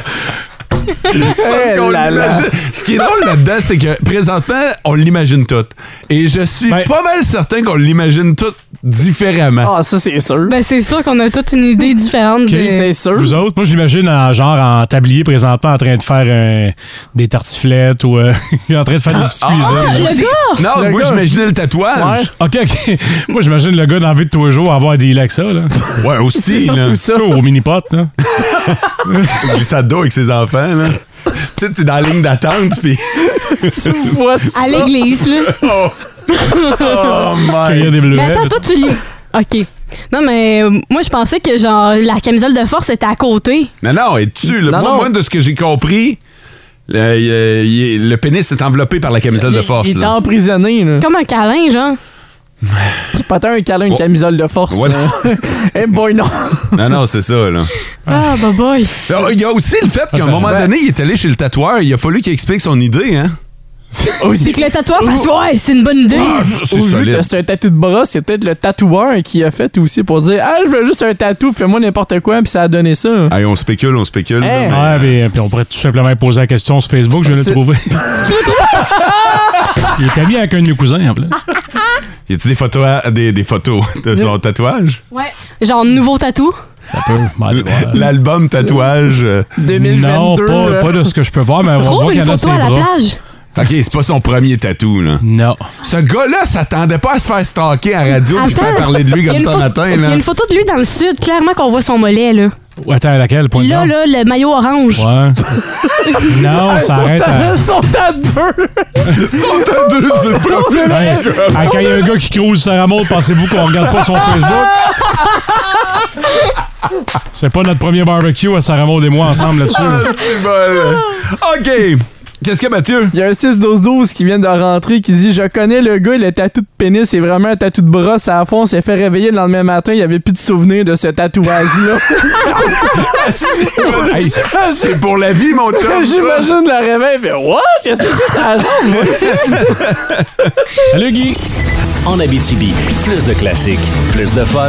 Parce qu'on l'imagine. Ce qui est drôle là-dedans, c'est que présentement, on l'imagine tout. Et je suis Ben- pas mal certain qu'on l'imagine tout différemment. Ah, ça, c'est sûr. Ben, c'est sûr qu'on a toute une idée différente. de- Vous autres, moi, je l'imagine en, genre en tablier présentement en train de faire euh, des tartiflettes ou euh, en train de faire des petites cuisines. le gars! Ah, Non, moi, j'imaginais le tatouage. OK, OK. Moi, j'imagine le gars dans la vie de tous les jours avoir des lacs ça, là. Ouais, aussi, C'est surtout là. ça. Tu sais, Au mini-pot, là. Glissade d'eau avec ses enfants, là. Tu sais, t'es dans la ligne d'attente, puis. tu vois À l'église, là. Oh, oh my. Mais attends, toi, tu lis. OK. Non, mais euh, moi, je pensais que, genre, la camisole de force était à côté. Non, non, et tu le Non, moi, non. moi, de ce que j'ai compris, le, euh, il est- le pénis est enveloppé par la camisole de force. Il est là. emprisonné. Là. Comme un câlin, genre. Tu peux pas un câlin, une Oh. camisole de force. Voilà. euh. Eh boy, non. Non, non, c'est ça, là. Ah, bah boy. Alors, Il y a aussi le fait qu'à un moment donné, il est allé chez le tatoueur, il a fallu qu'il explique son idée, hein? C'est que le tatouage fasse Ouais, c'est une bonne idée. Oh. Ah, c'est Au vu solide. que c'est un tatou de bras, c'est peut-être le tatoueur qui a fait aussi pour dire Ah, je veux juste un tatou, fais-moi n'importe quoi, puis ça a donné ça. Hey, on spécule, on spécule. là, Hey. mais- euh, Ouais, mais- puis on pourrait tout simplement poser la question sur Facebook, je l'ai C'est- trouvé. Il est ami avec un de mes cousins, en plus. Y a-tu des photos, à- des, des photos de son tatouage? Ouais. Genre, nouveau tatou. L'album tatouage. euh, Non, pas, pas de ce que je peux voir, mais on va Trouve voir qu'il une y en a photo ses à la bras. plage. Ok, c'est pas son premier tatou, là. Non. Ce gars-là s'attendait pas à se faire stalker à radio puis Attends. faire parler de lui Il y a comme une ça photo- matin, Il y a là. une photo de lui dans le sud, clairement qu'on voit son mollet, là. Ouais, Attends, laquelle? Point de Là, vente? là, le maillot orange. Ouais. Non, ça arrête hein. à... Son tatou! Son tatou sur le profil Ben, ah, quand il y a un gars qui crouse Sarah Maud, pensez-vous qu'on regarde pas son Facebook? C'est pas notre premier barbecue à Sarah Maud et moi ensemble Ah, là-dessus. c'est bon, là. Ah, OK. Qu'est-ce que Mathieu? Il y a un 6-12-12 qui vient de rentrer qui dit Je connais le gars, le tatou de pénis, c'est vraiment un tatou de bras, ça à fond, on s'est fait réveiller le lendemain matin, il n'y avait plus de souvenirs de ce tatouage-là. Hey, c'est pour la vie, mon chum. ça. J'imagine le réveil, mais What? Qu'est-ce que c'est que ça, jambe, moi? Salut Guy! En Abitibi, plus de classiques, plus de fun.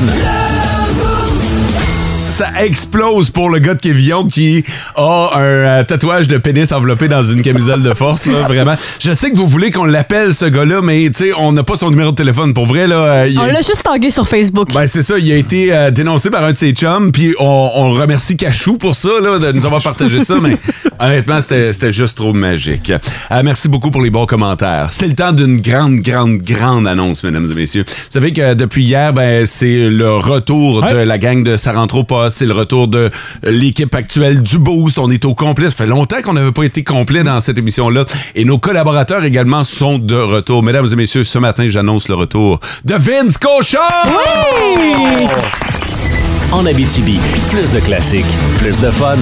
Ça explose pour le gars de Kévillon qui a un euh, tatouage de pénis enveloppé dans une camisole de force, là, vraiment. Je sais que vous voulez qu'on l'appelle, ce gars-là, mais, tu sais, on n'a pas son numéro de téléphone. Pour vrai, là... euh, il- On l'a juste tangué sur Facebook. Ben, c'est ça, il a été euh, dénoncé par un de ses chums, puis on, on remercie Cachou pour ça, là, de nous avoir partagé ça, mais honnêtement, c'était c'était juste trop magique. Euh, merci beaucoup pour les bons commentaires. C'est le temps d'une grande, grande, grande annonce, mesdames et messieurs. Vous savez que depuis hier, ben, c'est le retour de la gang de Ça rentre au poste, c'est le retour de l'équipe actuelle du Boost, on est au complet. Ça fait longtemps qu'on n'avait pas été complet dans cette émission-là, et nos collaborateurs également sont de retour. Mesdames et messieurs, ce matin, j'annonce le retour de Vince Cochon! Oui! En Abitibi, plus de classiques, plus de fun.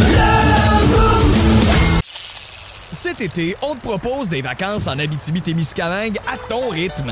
Cet été, on te propose des vacances en Abitibi-Témiscamingue à ton rythme.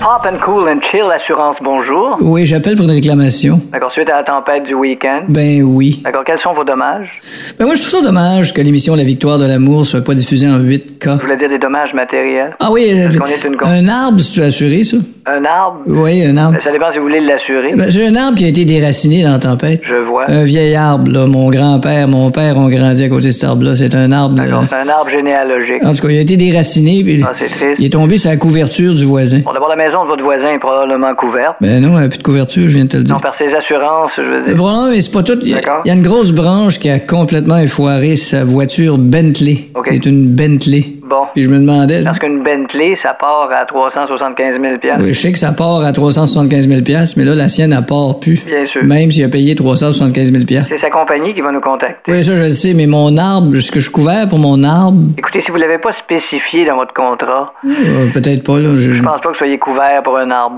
Pop and cool and chill, assurance, bonjour. Ben, Oui, j'appelle pour une réclamation. D'accord, suite à la tempête du week-end. Ben oui. D'accord, quels sont vos dommages? Ben moi, je trouve ça dommage que l'émission La victoire de l'amour soit pas diffusée en 8K. Je voulais dire des dommages matériels. Ah oui, euh, Parce qu'on est une com- un arbre, si tu as assuré ça? Un arbre? Oui, un arbre. Ben, Ça dépend si vous voulez l'assurer. Ben, J'ai un arbre qui a été déraciné dans la tempête. Je vois. Euh, Un vieil arbre, là. Mon grand-père, mon père ont grandi à côté de cet arbre-là. C'est un arbre. là. D'accord, Ah, c'est un arbre généalogique. En tout cas, il a été déraciné, puis Ah, c'est triste. il est tombé sur la couverture du voisin. Bon, d'abord, la maison de votre voisin est probablement couverte. Ben non, il n'y a plus de couverture, je viens de te le dire. Non, par ses assurances, je veux Le dire. problème, c'est pas tout. Il y, a- il y a une grosse branche qui a complètement effoiré sa voiture Bentley. OK. C'est une Bentley. Bon. Puis je me demandais. là, Parce qu'une Bentley, ça part à 375 000 oui, je sais que ça part à 375 000 mais là, la sienne, elle part plus. Bien sûr. Même s'il a payé 375 000 C'est sa compagnie qui va nous contacter. Oui, ça, je le sais, mais mon arbre, ce que je suis couvert pour mon arbre, Écoutez, si vous ne l'avez pas spécifié dans votre contrat, euh, peut-être pas, là. Je... je pense pas que vous soyez couvert pour un arbre.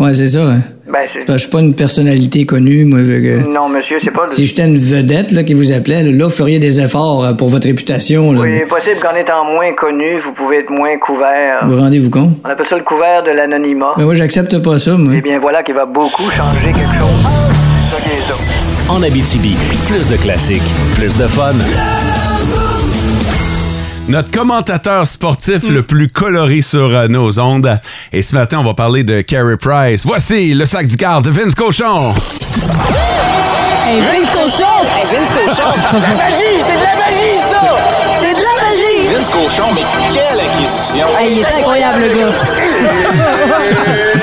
Ouais, c'est ça. hein. Ben, c'est- Parce que Je suis pas une personnalité connue, moi. fait que- Non, monsieur, c'est pas... le- Euh. Si j'étais une vedette là, qui vous appelait, là, vous feriez des efforts euh, pour votre réputation. Là. Oui, il est possible qu'en étant moins connu, vous pouvez être moins couvert. Vous rendez-vous compte? On appelle ça le couvert de l'anonymat. Mais moi, j'accepte pas ça, moi. Eh bien, voilà qui va beaucoup changer quelque chose. Ça qui est ça. En Abitibi, plus de classiques, plus de fun. Notre commentateur sportif le plus coloré sur euh, nos ondes. Et ce matin, on va parler de Carey Price. Voici le sac du garde de Vince Cochon. Hey, Eh, Vince Cochon! Hey, Vince Cochon! la magie! C'est de la magie, ça! C'est de la magie! Vince Cochon, mais quelle acquisition! Hey, il est incroyable, le gars!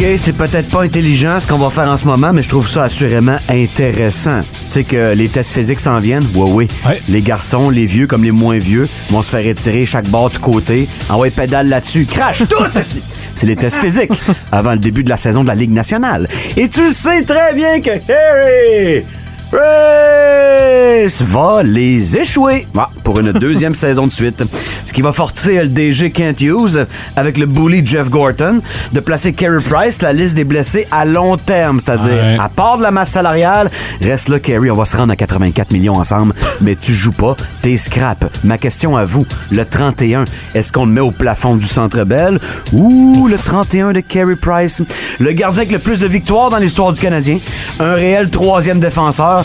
OK, c'est peut-être pas intelligent ce qu'on va faire en ce moment, mais je trouve ça assurément intéressant. Tu sais que les tests physiques s'en viennent? Oui, oui. Les garçons, les vieux comme les moins vieux, vont se faire étirer chaque bord de côté. Envoie pédale là-dessus. Crash! Tous ici! C'est les tests physiques avant le début de la saison de la Ligue nationale. Et tu sais très bien que Harry Race va les échouer Ah, pour une deuxième saison de suite. Ce qui va forcer le DG Kent Hughes, avec le bully Jeff Gorton, de placer Carey Price la liste des blessés à long terme, c'est-à-dire à part de la masse salariale, reste là Carey, on va se rendre à 84 millions ensemble, mais tu joues pas, t'es scrap. Ma question à vous, le 31, est-ce qu'on le met au plafond du Centre Bell ou le 31 de Carey Price, le gardien avec le plus de victoires dans l'histoire du Canadien, un réel troisième défenseur.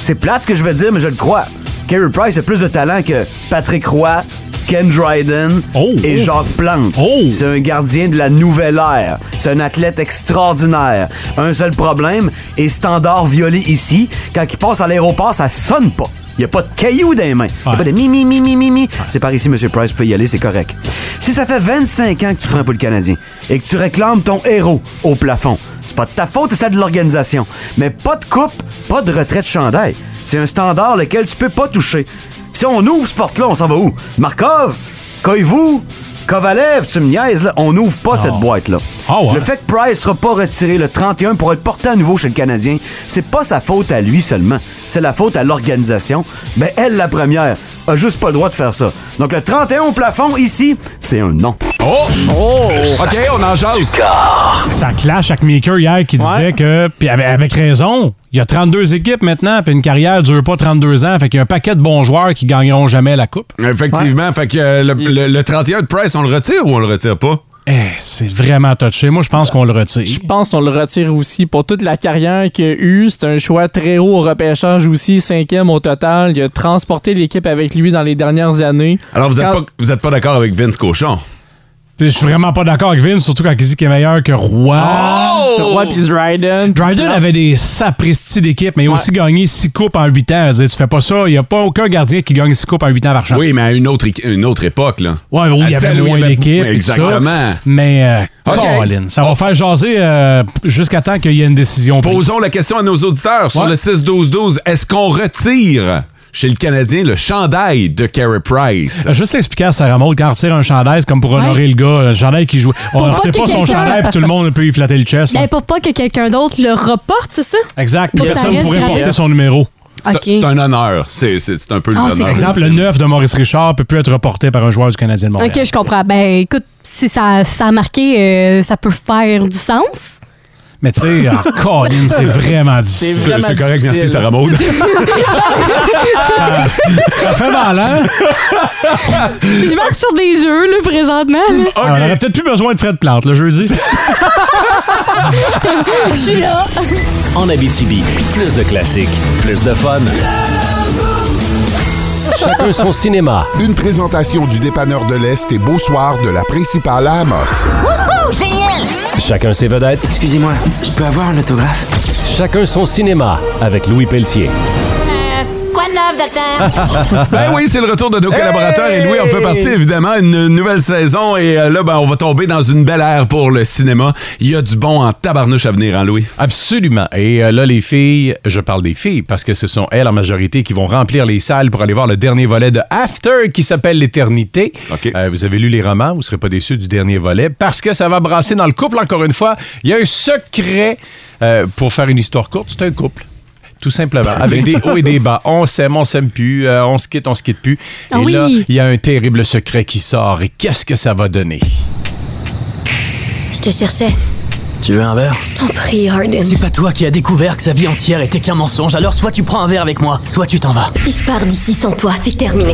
C'est plate ce que je vais dire, mais je le crois. Carey Price a plus de talent que Patrick Roy, Ken Dryden et Jacques Plante. C'est un gardien de la nouvelle ère. C'est un athlète extraordinaire. Un seul problème, et standard violé ici, quand il passe à l'aéroport, ça sonne pas. Il n'y a pas de cailloux dans les mains. Il a pas de mi, mi, mi, mi, mi, mi. C'est par ici, M. Price, vous pouvez y aller, c'est correct. Si ça fait 25 ans que tu prends pour le Canadien et que tu réclames ton héros au plafond, c'est pas de ta faute, c'est celle de l'organisation. Mais pas de coupe, pas de retrait de chandail. C'est un standard lequel tu peux pas toucher. Si on ouvre ce porte-là, on s'en va où? Markov? Koivu? Kovalev, tu me niaises, là, on n'ouvre pas cette boîte-là. Le fait que Price sera pas retiré le 31 pour être porté à nouveau chez le Canadien, c'est pas sa faute à lui seulement. C'est la faute à l'organisation. Mais elle, la première, a juste pas le droit de faire ça. Donc le 31 au plafond, ici, c'est un non. Oh! Oh! OK, on en jase. Ça clash avec Maker hier qui disait que, puis avec, avec raison, il y a 32 équipes maintenant, puis une carrière dure pas 32 ans, fait qu'il y a un paquet de bons joueurs qui gagneront jamais la coupe. Effectivement, fait que euh, le, le- le 31 de Price, on le retire ou on le retire pas? Eh, c'est vraiment touché. Moi, je pense qu'on le retire. Je pense qu'on le retire aussi pour toute la carrière qu'il a eue. C'est un choix très haut au repêchage aussi, cinquième au total. Il a transporté l'équipe avec lui dans les dernières années. Alors, vous n'êtes Quand- pas, vous êtes pas d'accord avec Vince Cochon? Je suis vraiment pas d'accord avec Vince, surtout quand il dit qu'il est meilleur que Roy. Oh! Roy puis Dryden. Dryden avait des sapristi d'équipe, mais il a Ouais. aussi gagné 6 coupes en 8 ans. Je veux dire, Tu fais pas ça, il n'y a pas aucun gardien qui gagne 6 coupes en 8 ans par chance. Oui, mais à une autre, équi- une autre époque, là. Ouais, mais oui, À il y avait celle où moins il y avait- d'équipe. et tout ça. Exactement. Mais, euh, OK. Oh. Colin, ça va faire jaser euh, jusqu'à temps qu'il y ait une décision. prise. Posons la question à nos auditeurs sur Ouais. le 6-12-12. Est-ce qu'on retire chez le Canadien le chandail de Carey Price? Euh, Juste expliquer à Sarah Maud quand on retire un chandail, c'est comme pour honorer le gars, le chandail qui joue. On Pour ne pas retire que pas son quelqu'un- chandail puis tout le monde peut y flatter le chest. là. Ben, pour pas que quelqu'un d'autre le reporte, c'est ça? Ah, Exact. Pour que ça Personne ne reste pourrait sur la porter liste. son numéro. Ok. C'est un honneur. C'est c'est- c'est un peu Ah, l'honneur. c'est Par exemple, le 9 de Maurice Richard peut plus être reporté par un joueur du Canadien de Montréal. Ok, je comprends. Ben, écoute, si ça, ça a marqué, euh, ça peut faire du sens. Mais tu sais, ah, Colin, c'est vraiment C'est difficile. vraiment C'est correct, difficile. merci, Sarah Oh Maud. ça, Ah, ça fait mal, hein? Je marche sur des œufs, là, présentement. là. Ah, Alors, Ah, on aurait peut-être plus besoin de frais de plante le jeudi. Je suis là. En Abitibi, plus de classiques, plus de fun. Chacun son cinéma. Une présentation du dépanneur de l'Est et beau soir de la principale à Amos. Wouhou, génial! Chacun ses vedettes. Excusez-moi, je peux avoir un autographe? Chacun son cinéma avec Louis Pelletier. Quoi de neuf, docteur? ben oui, c'est le retour de nos collaborateurs et Louis en fait partie évidemment une nouvelle saison et euh, là ben on va tomber dans une belle ère pour le cinéma. Il y a du bon en tabarnouche à venir en Louis. Absolument. Et euh, là, les filles, je parle des filles parce que ce sont elles en majorité qui vont remplir les salles pour aller voir le dernier volet de After qui s'appelle L'éternité. Euh, vous avez lu les romans, vous ne serez pas déçus du dernier volet parce que ça va brasser dans le couple encore une fois. Il y a un secret euh, pour faire une histoire courte, c'est un couple. Tout simplement, avec des hauts et des bas. On s'aime, on s'aime plus, euh, on se quitte, on se quitte plus. Ah et oui. là, il y a un terrible secret qui sort. Et qu'est-ce que ça va donner? Je te cherchais. Tu veux un verre? Je t'en prie, Harden. C'est pas toi qui as découvert que sa vie entière était qu'un mensonge, alors soit tu prends un verre avec moi, soit tu t'en vas. Si je pars d'ici sans toi, c'est terminé.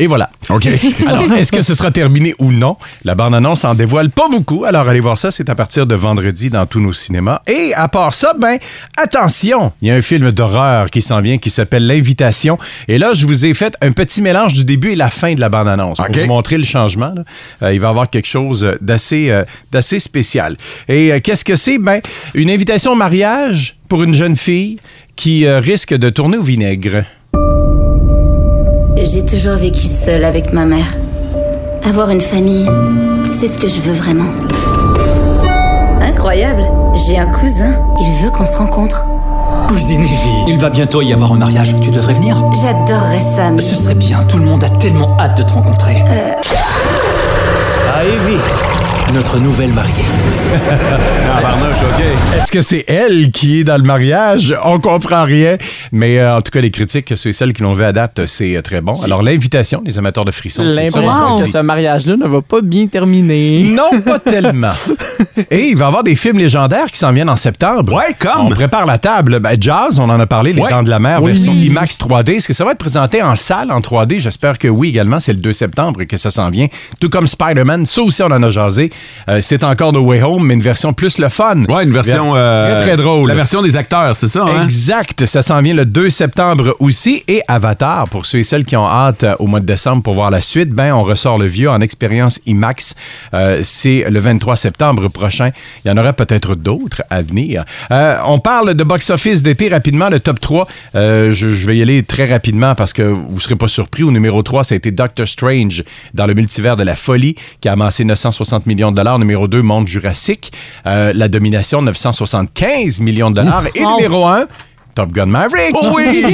Et voilà. OK. Alors, est-ce que ce sera terminé ou non? La bande-annonce en dévoile pas beaucoup. Alors, allez voir ça. C'est à partir de vendredi dans tous nos cinémas. Et à part ça, ben, attention! Il y a un film d'horreur qui s'en vient qui s'appelle L'Invitation. Et là, je vous ai fait un petit mélange du début et la fin de la bande-annonce pour vous montrer le changement. là. Euh, il va y avoir quelque chose d'assez, euh, d'assez spécial. Et euh, qu'est-ce que c'est? Ben, une invitation au mariage pour une jeune fille qui euh, risque de tourner au vinaigre. J'ai toujours vécu seule avec ma mère. Avoir une famille, c'est ce que je veux vraiment. Un incroyable. J'ai un cousin. Il veut qu'on se rencontre. Cousine Evie. Il va bientôt y avoir un mariage. Tu devrais venir. J'adorerais ça, mais... Ce serait bien. Tout le monde a tellement hâte de te rencontrer. Euh. Ah, Evie. Notre nouvelle mariée. Est-ce que c'est elle qui est dans le mariage? On comprend rien. Mais euh, en tout cas, les critiques, ceux et celles qui l'ont vu à date, c'est euh, très bon. Alors, l'invitation, les amateurs de frissons, c'est ça. L'impression que ce mariage-là ne va pas bien terminer. Non, pas tellement. Et il va y avoir des films légendaires qui s'en viennent en septembre. Ouais, comme. On prépare la table. Ben, Jazz, on en a parlé, Les Dents de la Mer, Oui. version IMAX 3D. Est-ce que ça va être présenté en salle en 3D? J'espère que oui également. C'est le 2 septembre et que ça s'en vient. Tout comme Spider-Man, ça aussi, on en a jasé. Euh, c'est encore No Way Home, mais une version plus le fun. Ouais, une version, euh, très, très drôle. la version des acteurs, c'est ça, hein? Exact. Ça s'en vient le 2 septembre aussi. Et Avatar, pour ceux et celles qui ont hâte euh, au mois de décembre pour voir la suite, ben on ressort le vieux en expérience IMAX. Euh, c'est le 23 septembre prochain. Il y en aura peut-être d'autres à venir. Euh, on parle de box-office d'été rapidement, le top 3. Euh, je, je vais y aller très rapidement parce que vous ne serez pas surpris. Au numéro 3, ça a été Doctor Strange dans le multivers de la folie qui a amassé 960 millions de dollars. Numéro 2, Monde Jurassique. Euh, la domination, 975 millions de dollars. Et Wow. numéro 1, Top Gun Maverick. Oh oui!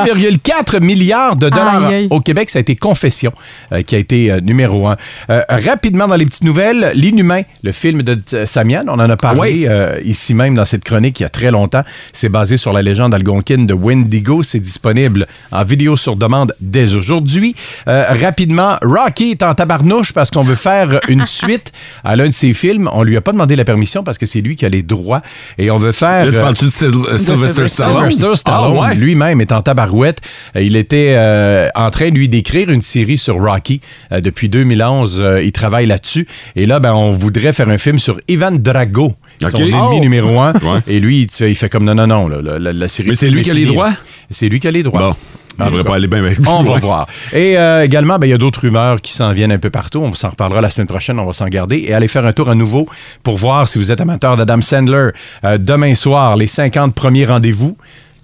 1,4 milliard de dollars Aïe, aïe. au Québec. Ça a été Confession euh, qui a été euh, numéro un. Euh, rapidement dans les petites nouvelles, L'Inhumain, le film de euh, Samian, on en a parlé euh, ici même dans cette chronique il y a très longtemps. C'est basé sur la légende algonquine de Wendigo. C'est disponible en vidéo sur demande dès aujourd'hui. Euh, rapidement, Rocky est en tabarnouche parce qu'on veut faire une suite à l'un de ses films. On lui a pas demandé la permission parce que c'est lui qui a les droits et on veut faire. Là, tu euh, parles-tu de Syl- euh, Sylvester Stallone? Sylvester Stallone, Ah ouais? lui-même est en tabarouette. Euh, Il était euh, en train, lui, d'écrire une série sur Rocky. Euh, depuis 2011, euh, il travaille là-dessus. Et là, ben, on voudrait faire un film sur Ivan Drago, Ok. son ennemi Oh. numéro un. Ouais. Et lui, il, fait- il fait comme non, non, non, là, la, la- la série... Mais c'est lui qui a les finie, là. droits? C'est lui qui a les droits. Bon. On devrait pas aller bien, bien plus On va loin. voir. Et euh, également, ben, il y a d'autres rumeurs qui s'en viennent un peu partout. On s'en reparlera la semaine prochaine. On va s'en garder et aller faire un tour à nouveau pour voir si vous êtes amateur d'Adam Sandler. Euh, demain soir, les 50 premiers rendez-vous.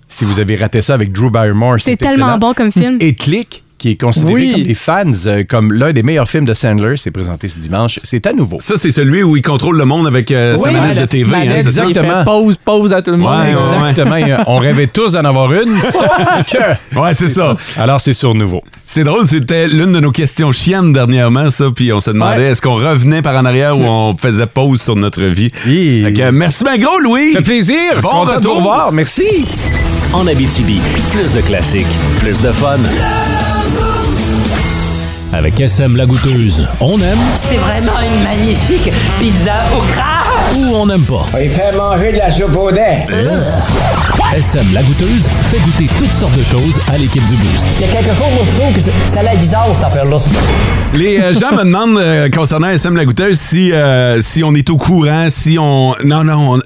Si vous avez raté ça avec Drew Barrymore, C'est c'est tellement excellent. bon comme film. Et Click, qui est considéré Oui. comme des fans euh, comme l'un des meilleurs films de Sandler, c'est présenté ce dimanche. C'est à nouveau. Ça, c'est celui où il contrôle le monde avec euh, sa Oui, manette la de petite TV. hein, manette, c'est ça? il fait Exactement. Pause, pause à tout le monde. Ouais, exactement. Et, euh, On rêvait tous d'en avoir une, sauf que. Ouais, c'est ça. Alors, c'est sur nouveau. C'est drôle, c'était l'une de nos questions chiennes dernièrement, ça, puis on se demandait Ouais. est-ce qu'on revenait par en arrière ou on faisait pause sur notre vie. Fait que, merci bien gros, Louis! Fait plaisir! Bon Content de te retour! revoir. Merci! En Abitibi, plus de classiques, plus de fun. Avec SM la goûteuse, on aime C'est vraiment une magnifique pizza au gras. ou on n'aime pas. Il fait manger de la soupe au SM Euh. la goûteuse fait goûter toutes sortes de choses à l'équipe du Boost. Il y a quelque chose, moi, je trouve que c'est- ça a l'air bizarre, cette affaire-là. Les euh, gens me demandent, euh, concernant SM La Goûteuse, si, euh, si on est au courant, si on... Non, non, on-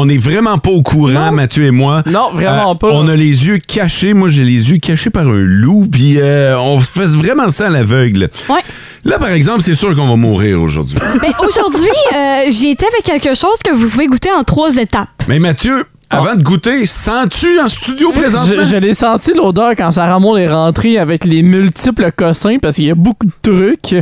on n'est vraiment pas au courant, Mathieu et moi. Non, vraiment pas. On a les yeux cachés. Moi, j'ai les yeux cachés par un loup, puis euh, on fait vraiment ça à l'aveugle. Ouais. Là, par exemple, c'est sûr qu'on va mourir aujourd'hui. Ben, Aujourd'hui, euh, j'ai été avec quelque chose que vous pouvez goûter en trois étapes. Mais Mathieu, avant de goûter, sens-tu en studio présentement? Je, je l'ai senti l'odeur quand Sarah Maud est rentrée avec les multiples cossins parce qu'il y a beaucoup de trucs.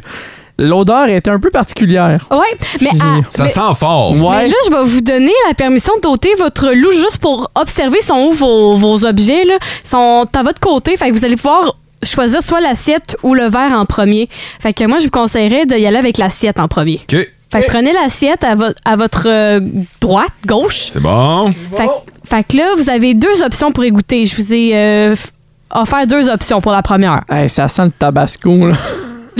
L'odeur était un peu particulière. Ouais, mais, Mmh. à- mais- fort. mais là, je vais vous donner la permission d'ôter votre loup juste pour observer sont où vos, vos objets. Là. sont à votre côté. Fait que vous allez pouvoir choisir soit l'assiette ou le verre en premier. Fait que moi, je vous conseillerais d'y aller avec l'assiette en premier. OK. Fait que prenez l'assiette à, vo- à votre euh, droite, gauche. C'est bon. Fait, que- fait que là, vous avez deux options pour égoutter. Je vous ai euh, f- offert deux options pour la première. Hey, ça sent le tabasco, là.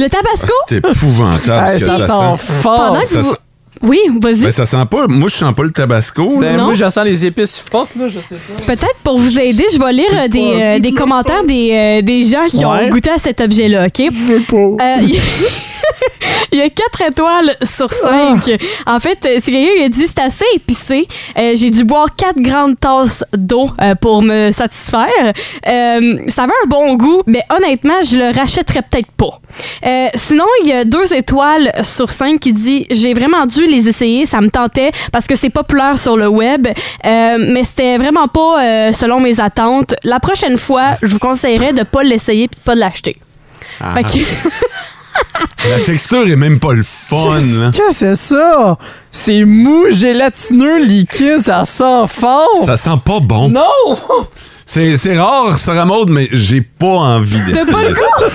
Le tabasco. C'est épouvantable Ah, ce Hey, que ça ça, sent sent. fort. Pendant que Ça vous- sent- Oui, vas-y. Ben, ça sent pas. Moi, je sens pas le tabasco. là. Ben, moi, je sens les épices fortes, là, je sais pas. Peut-être pour vous aider, je vais lire euh, des, euh, des commentaires des, euh, des gens qui ont Ouais. goûté à cet objet-là, OK? Euh, Il y a- il y a 4 étoiles sur 5. En fait, euh, c'est quelqu'un qui a dit c'est assez épicé. Euh, J'ai dû boire 4 grandes tasses d'eau euh, pour me satisfaire. Euh, ça avait un bon goût, mais honnêtement, je le rachèterais peut-être pas. Euh, sinon, il y a 2 étoiles sur 5 qui dit J'ai vraiment dû les essayer, ça me tentait parce que c'est populaire sur le web, euh, mais c'était vraiment pas euh, selon mes attentes. La prochaine fois, je vous conseillerais de pas l'essayer puis de pas l'acheter. Ah. Fait que- La texture est même pas le fun. là. Qu'est-ce que c'est ça? C'est mou, gélatineux, liquide, ça sent fort. Ça sent pas bon. Non! C'est c'est rare, Sarah Maud, mais j'ai pas envie T'as d'essayer pas le ça.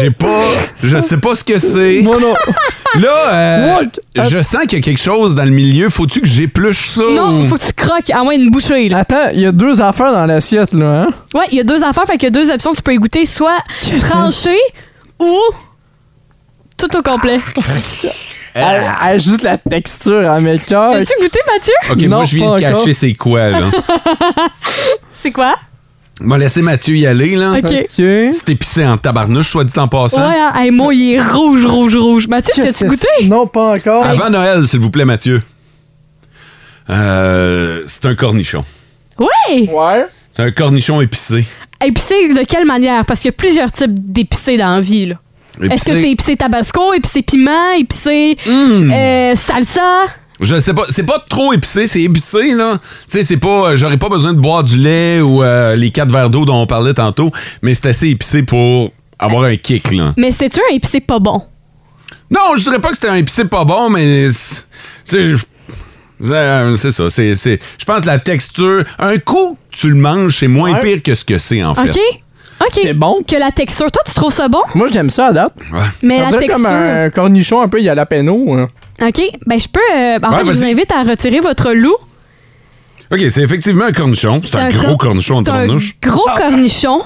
J'ai pas. Je sais pas ce que c'est. Moi non. Là, euh, What? je sens qu'il y a quelque chose dans le milieu. Faut-tu que j'épluche ça? Non, ou- faut que tu croques, à moins une bouchée. Là. Attends, il y a deux affaires dans l'assiette, là, hein? Ouais, il y a deux affaires, fait qu'il y a deux options. Tu peux y goûter soit tranché ou tout au complet. Ah, Eh. Elle, elle a juste la texture, hein, mes cœurs. As-tu goûté, Mathieu? Ok, moi, je viens de catcher c'est quoi, là. c'est quoi? M'a laissé Mathieu y aller, là. Ok. Ok. C'est épicé en tabarnouche, soit dit en Ouais, passant. hein? Hey, moi, il est rouge, rouge, rouge. Mathieu, as-tu Qu'est-ce que goûté? Non, pas Oh, encore. Avant Noël, s'il vous plaît, Mathieu. Euh, c'est un cornichon. Oui! Ouais. C'est un cornichon épicé. Épicé de quelle manière? Parce qu'il y a plusieurs types d'épicés dans la vie. là. Épicé. Est-ce que c'est épicé tabasco, épicé piment, épicé Hum. euh, salsa? Je sais pas, c'est pas trop épicé, c'est épicé, là. Tu sais, c'est pas. euh, J'aurais pas besoin de boire du lait ou euh, les quatre verres d'eau dont on parlait tantôt, mais c'est assez épicé pour avoir un kick, là. Mais c'est-tu un épicé pas bon? Non, je dirais pas que c'était un épicé pas bon, mais. c'est- C'est je- euh, c'est ça, c'est. c'est- Je pense que la texture. Un coup, tu le manges, c'est moins Ouais. pire que ce que c'est, en fait. OK? OK. C'est bon. Que la texture. Toi, tu trouves ça bon? Moi, j'aime ça à date. Ouais. Mais la On dirait comme texture. un cornichon un peu jalapeno. hein. OK? Ben, je peux. euh, en Ouais, fait, je vous vas-y. invite à retirer votre loup. OK, c'est effectivement un cornichon. C'est un, gros cor- cornichon en c'est un tournouche. Gros cornichon.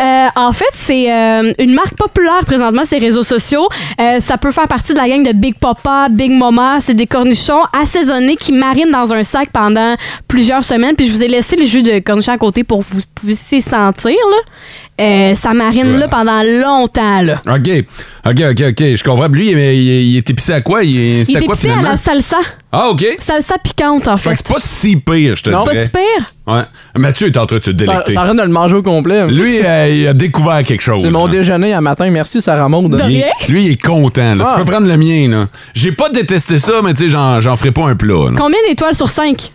Euh, en fait, c'est euh, une marque populaire présentement sur les réseaux sociaux. Euh, ça peut faire partie de la gang de Big Papa, Big Mama. C'est des cornichons assaisonnés qui marinent dans un sac pendant plusieurs semaines. Puis je vous ai laissé le jus de cornichon à côté pour que vous puissiez sentir. Là. Euh, ça marine là pendant longtemps. Là. OK, OK, OK, OK, je comprends. Lui, il, il- il est épicé à quoi? Il, est- Il c'était est quoi, épicé à finalement? la salsa. Ah, OK. Salsa piquante, en Fait fait. que c'est pas si pire, je te C'est dirais. pas si pire? Ouais. Mathieu est en train de se T'as délecter. t'as rien de le manger au complet. Lui, euh, il a découvert quelque chose. C'est mon là. déjeuner à matin. Merci, Sarah Maud. Il est- lui, il est content. là. Ah. Tu peux prendre le mien. là. J'ai pas détesté ça, mais tu sais, j'en, j'en ferai pas un plat. là. Combien d'étoiles sur cinq?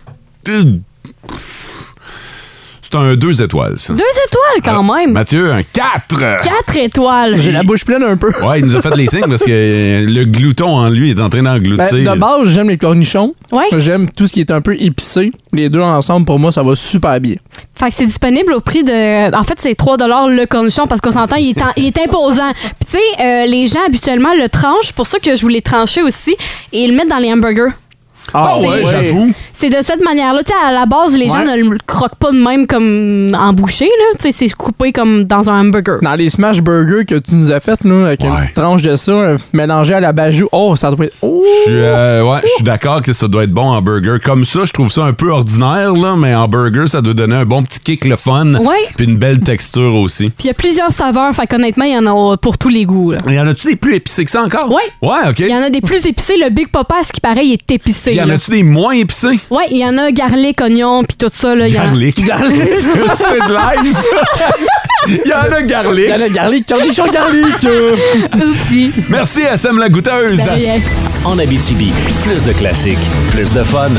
C'est un deux étoiles, ça. Deux étoiles quand Euh, même. Mathieu, un quatre! Quatre étoiles. bouche pleine un peu. Ouais, il nous a fait les signes parce que le glouton en lui est en train Ben, d'engloutir. de base, j'aime les cornichons. Ouais. J'aime tout ce qui est un peu épicé. Les deux ensemble, pour moi, ça va super bien. Fait que c'est disponible au prix de. En fait, c'est 3 le cornichon parce qu'on s'entend, il, est en- il est imposant. Puis, tu sais, euh, les gens habituellement le tranchent, c'est pour ça que je voulais trancher aussi, et ils le mettent dans les hamburgers. Ah C'est- ouais, j'avoue. C'est de cette manière-là. Tu sais, à la base, les gens Ouais. ne le croquent pas de même comme en bouchée, là. Tu sais, c'est coupé comme dans un hamburger. Dans les smash burgers que tu nous as faites, nous, avec une petite tranche de ça, euh, mélangée à la bajou. Oh, ça doit être. Oh! Je suis, euh, ouais, je suis d'accord que ça doit être bon en burger. Comme ça, je trouve ça un peu ordinaire, là, mais en burger, ça doit donner un bon petit kick, le fun. Ouais. Puis une belle texture aussi. Puis, il y a plusieurs saveurs, fait qu'honnêtement, il y en a pour tous les goûts, là. Il y en a-tu des plus épicés que ça encore? Ouais. Ouais, OK. Il y en a des plus épicés. Le Big Papa, à ce qui paraît, il est épicé. Il y en là. a-tu des moins épicés? Ouais, il y en a garlic, oignon, puis tout ça. Là, il y en a- Garlic. Garlic. C'est de l'ail, ça. Il y en a garlic. Il y en a garlic, cornichon garlic. euh. Oupsie. Merci à Sam la goûteuse. En Abitibi, plus de classiques, plus de fun.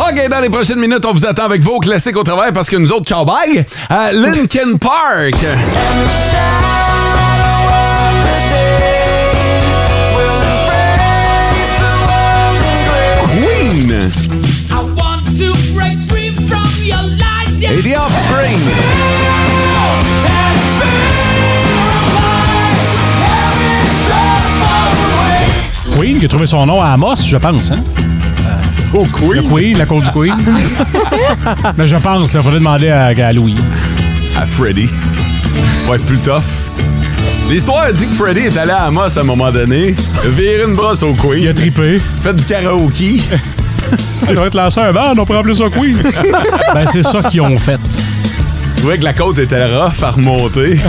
OK, dans les prochaines minutes, on vous attend avec vos classiques au travail parce que nous autres, ciao bye, à Linkin Park. Queen et The Offspring. Queen qui a trouvé son nom à Amos, je pense. Hein? Oh, Queen? Le Queen, la cour du Queen. Mais je pense, il faudrait demander à, à Louis. À Freddy. Va être plus tough. L'histoire dit que Freddy est allé à Amos à un moment donné, virer une brosse au Queen. Il a trippé. Fait du karaoké. Il doit être lancé un band, on prend plus au Queen. ben, c'est ça qu'ils ont fait. Tu vois que la côte était rough à remonter.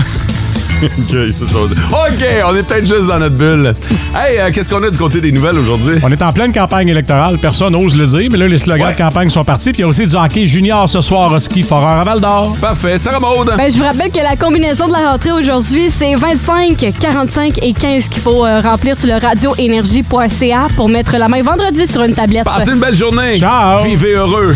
OK, c'est ça. OK, on est peut-être juste dans notre bulle. Hey, euh, qu'est-ce qu'on a du côté des nouvelles aujourd'hui? On est en pleine campagne électorale, personne n'ose le dire, mais là, les slogans de campagne sont partis. Puis il y a aussi du hockey junior ce soir au ski Foreur à Val d'Or. Parfait, Sarah Maude. Ben, je vous rappelle que la combinaison de la rentrée aujourd'hui, c'est 25, 45 et 15 qu'il faut euh, remplir sur le radioénergie.ca pour Ah, mettre la main vendredi sur une tablette. Passez une belle journée. Ciao. Vivez heureux.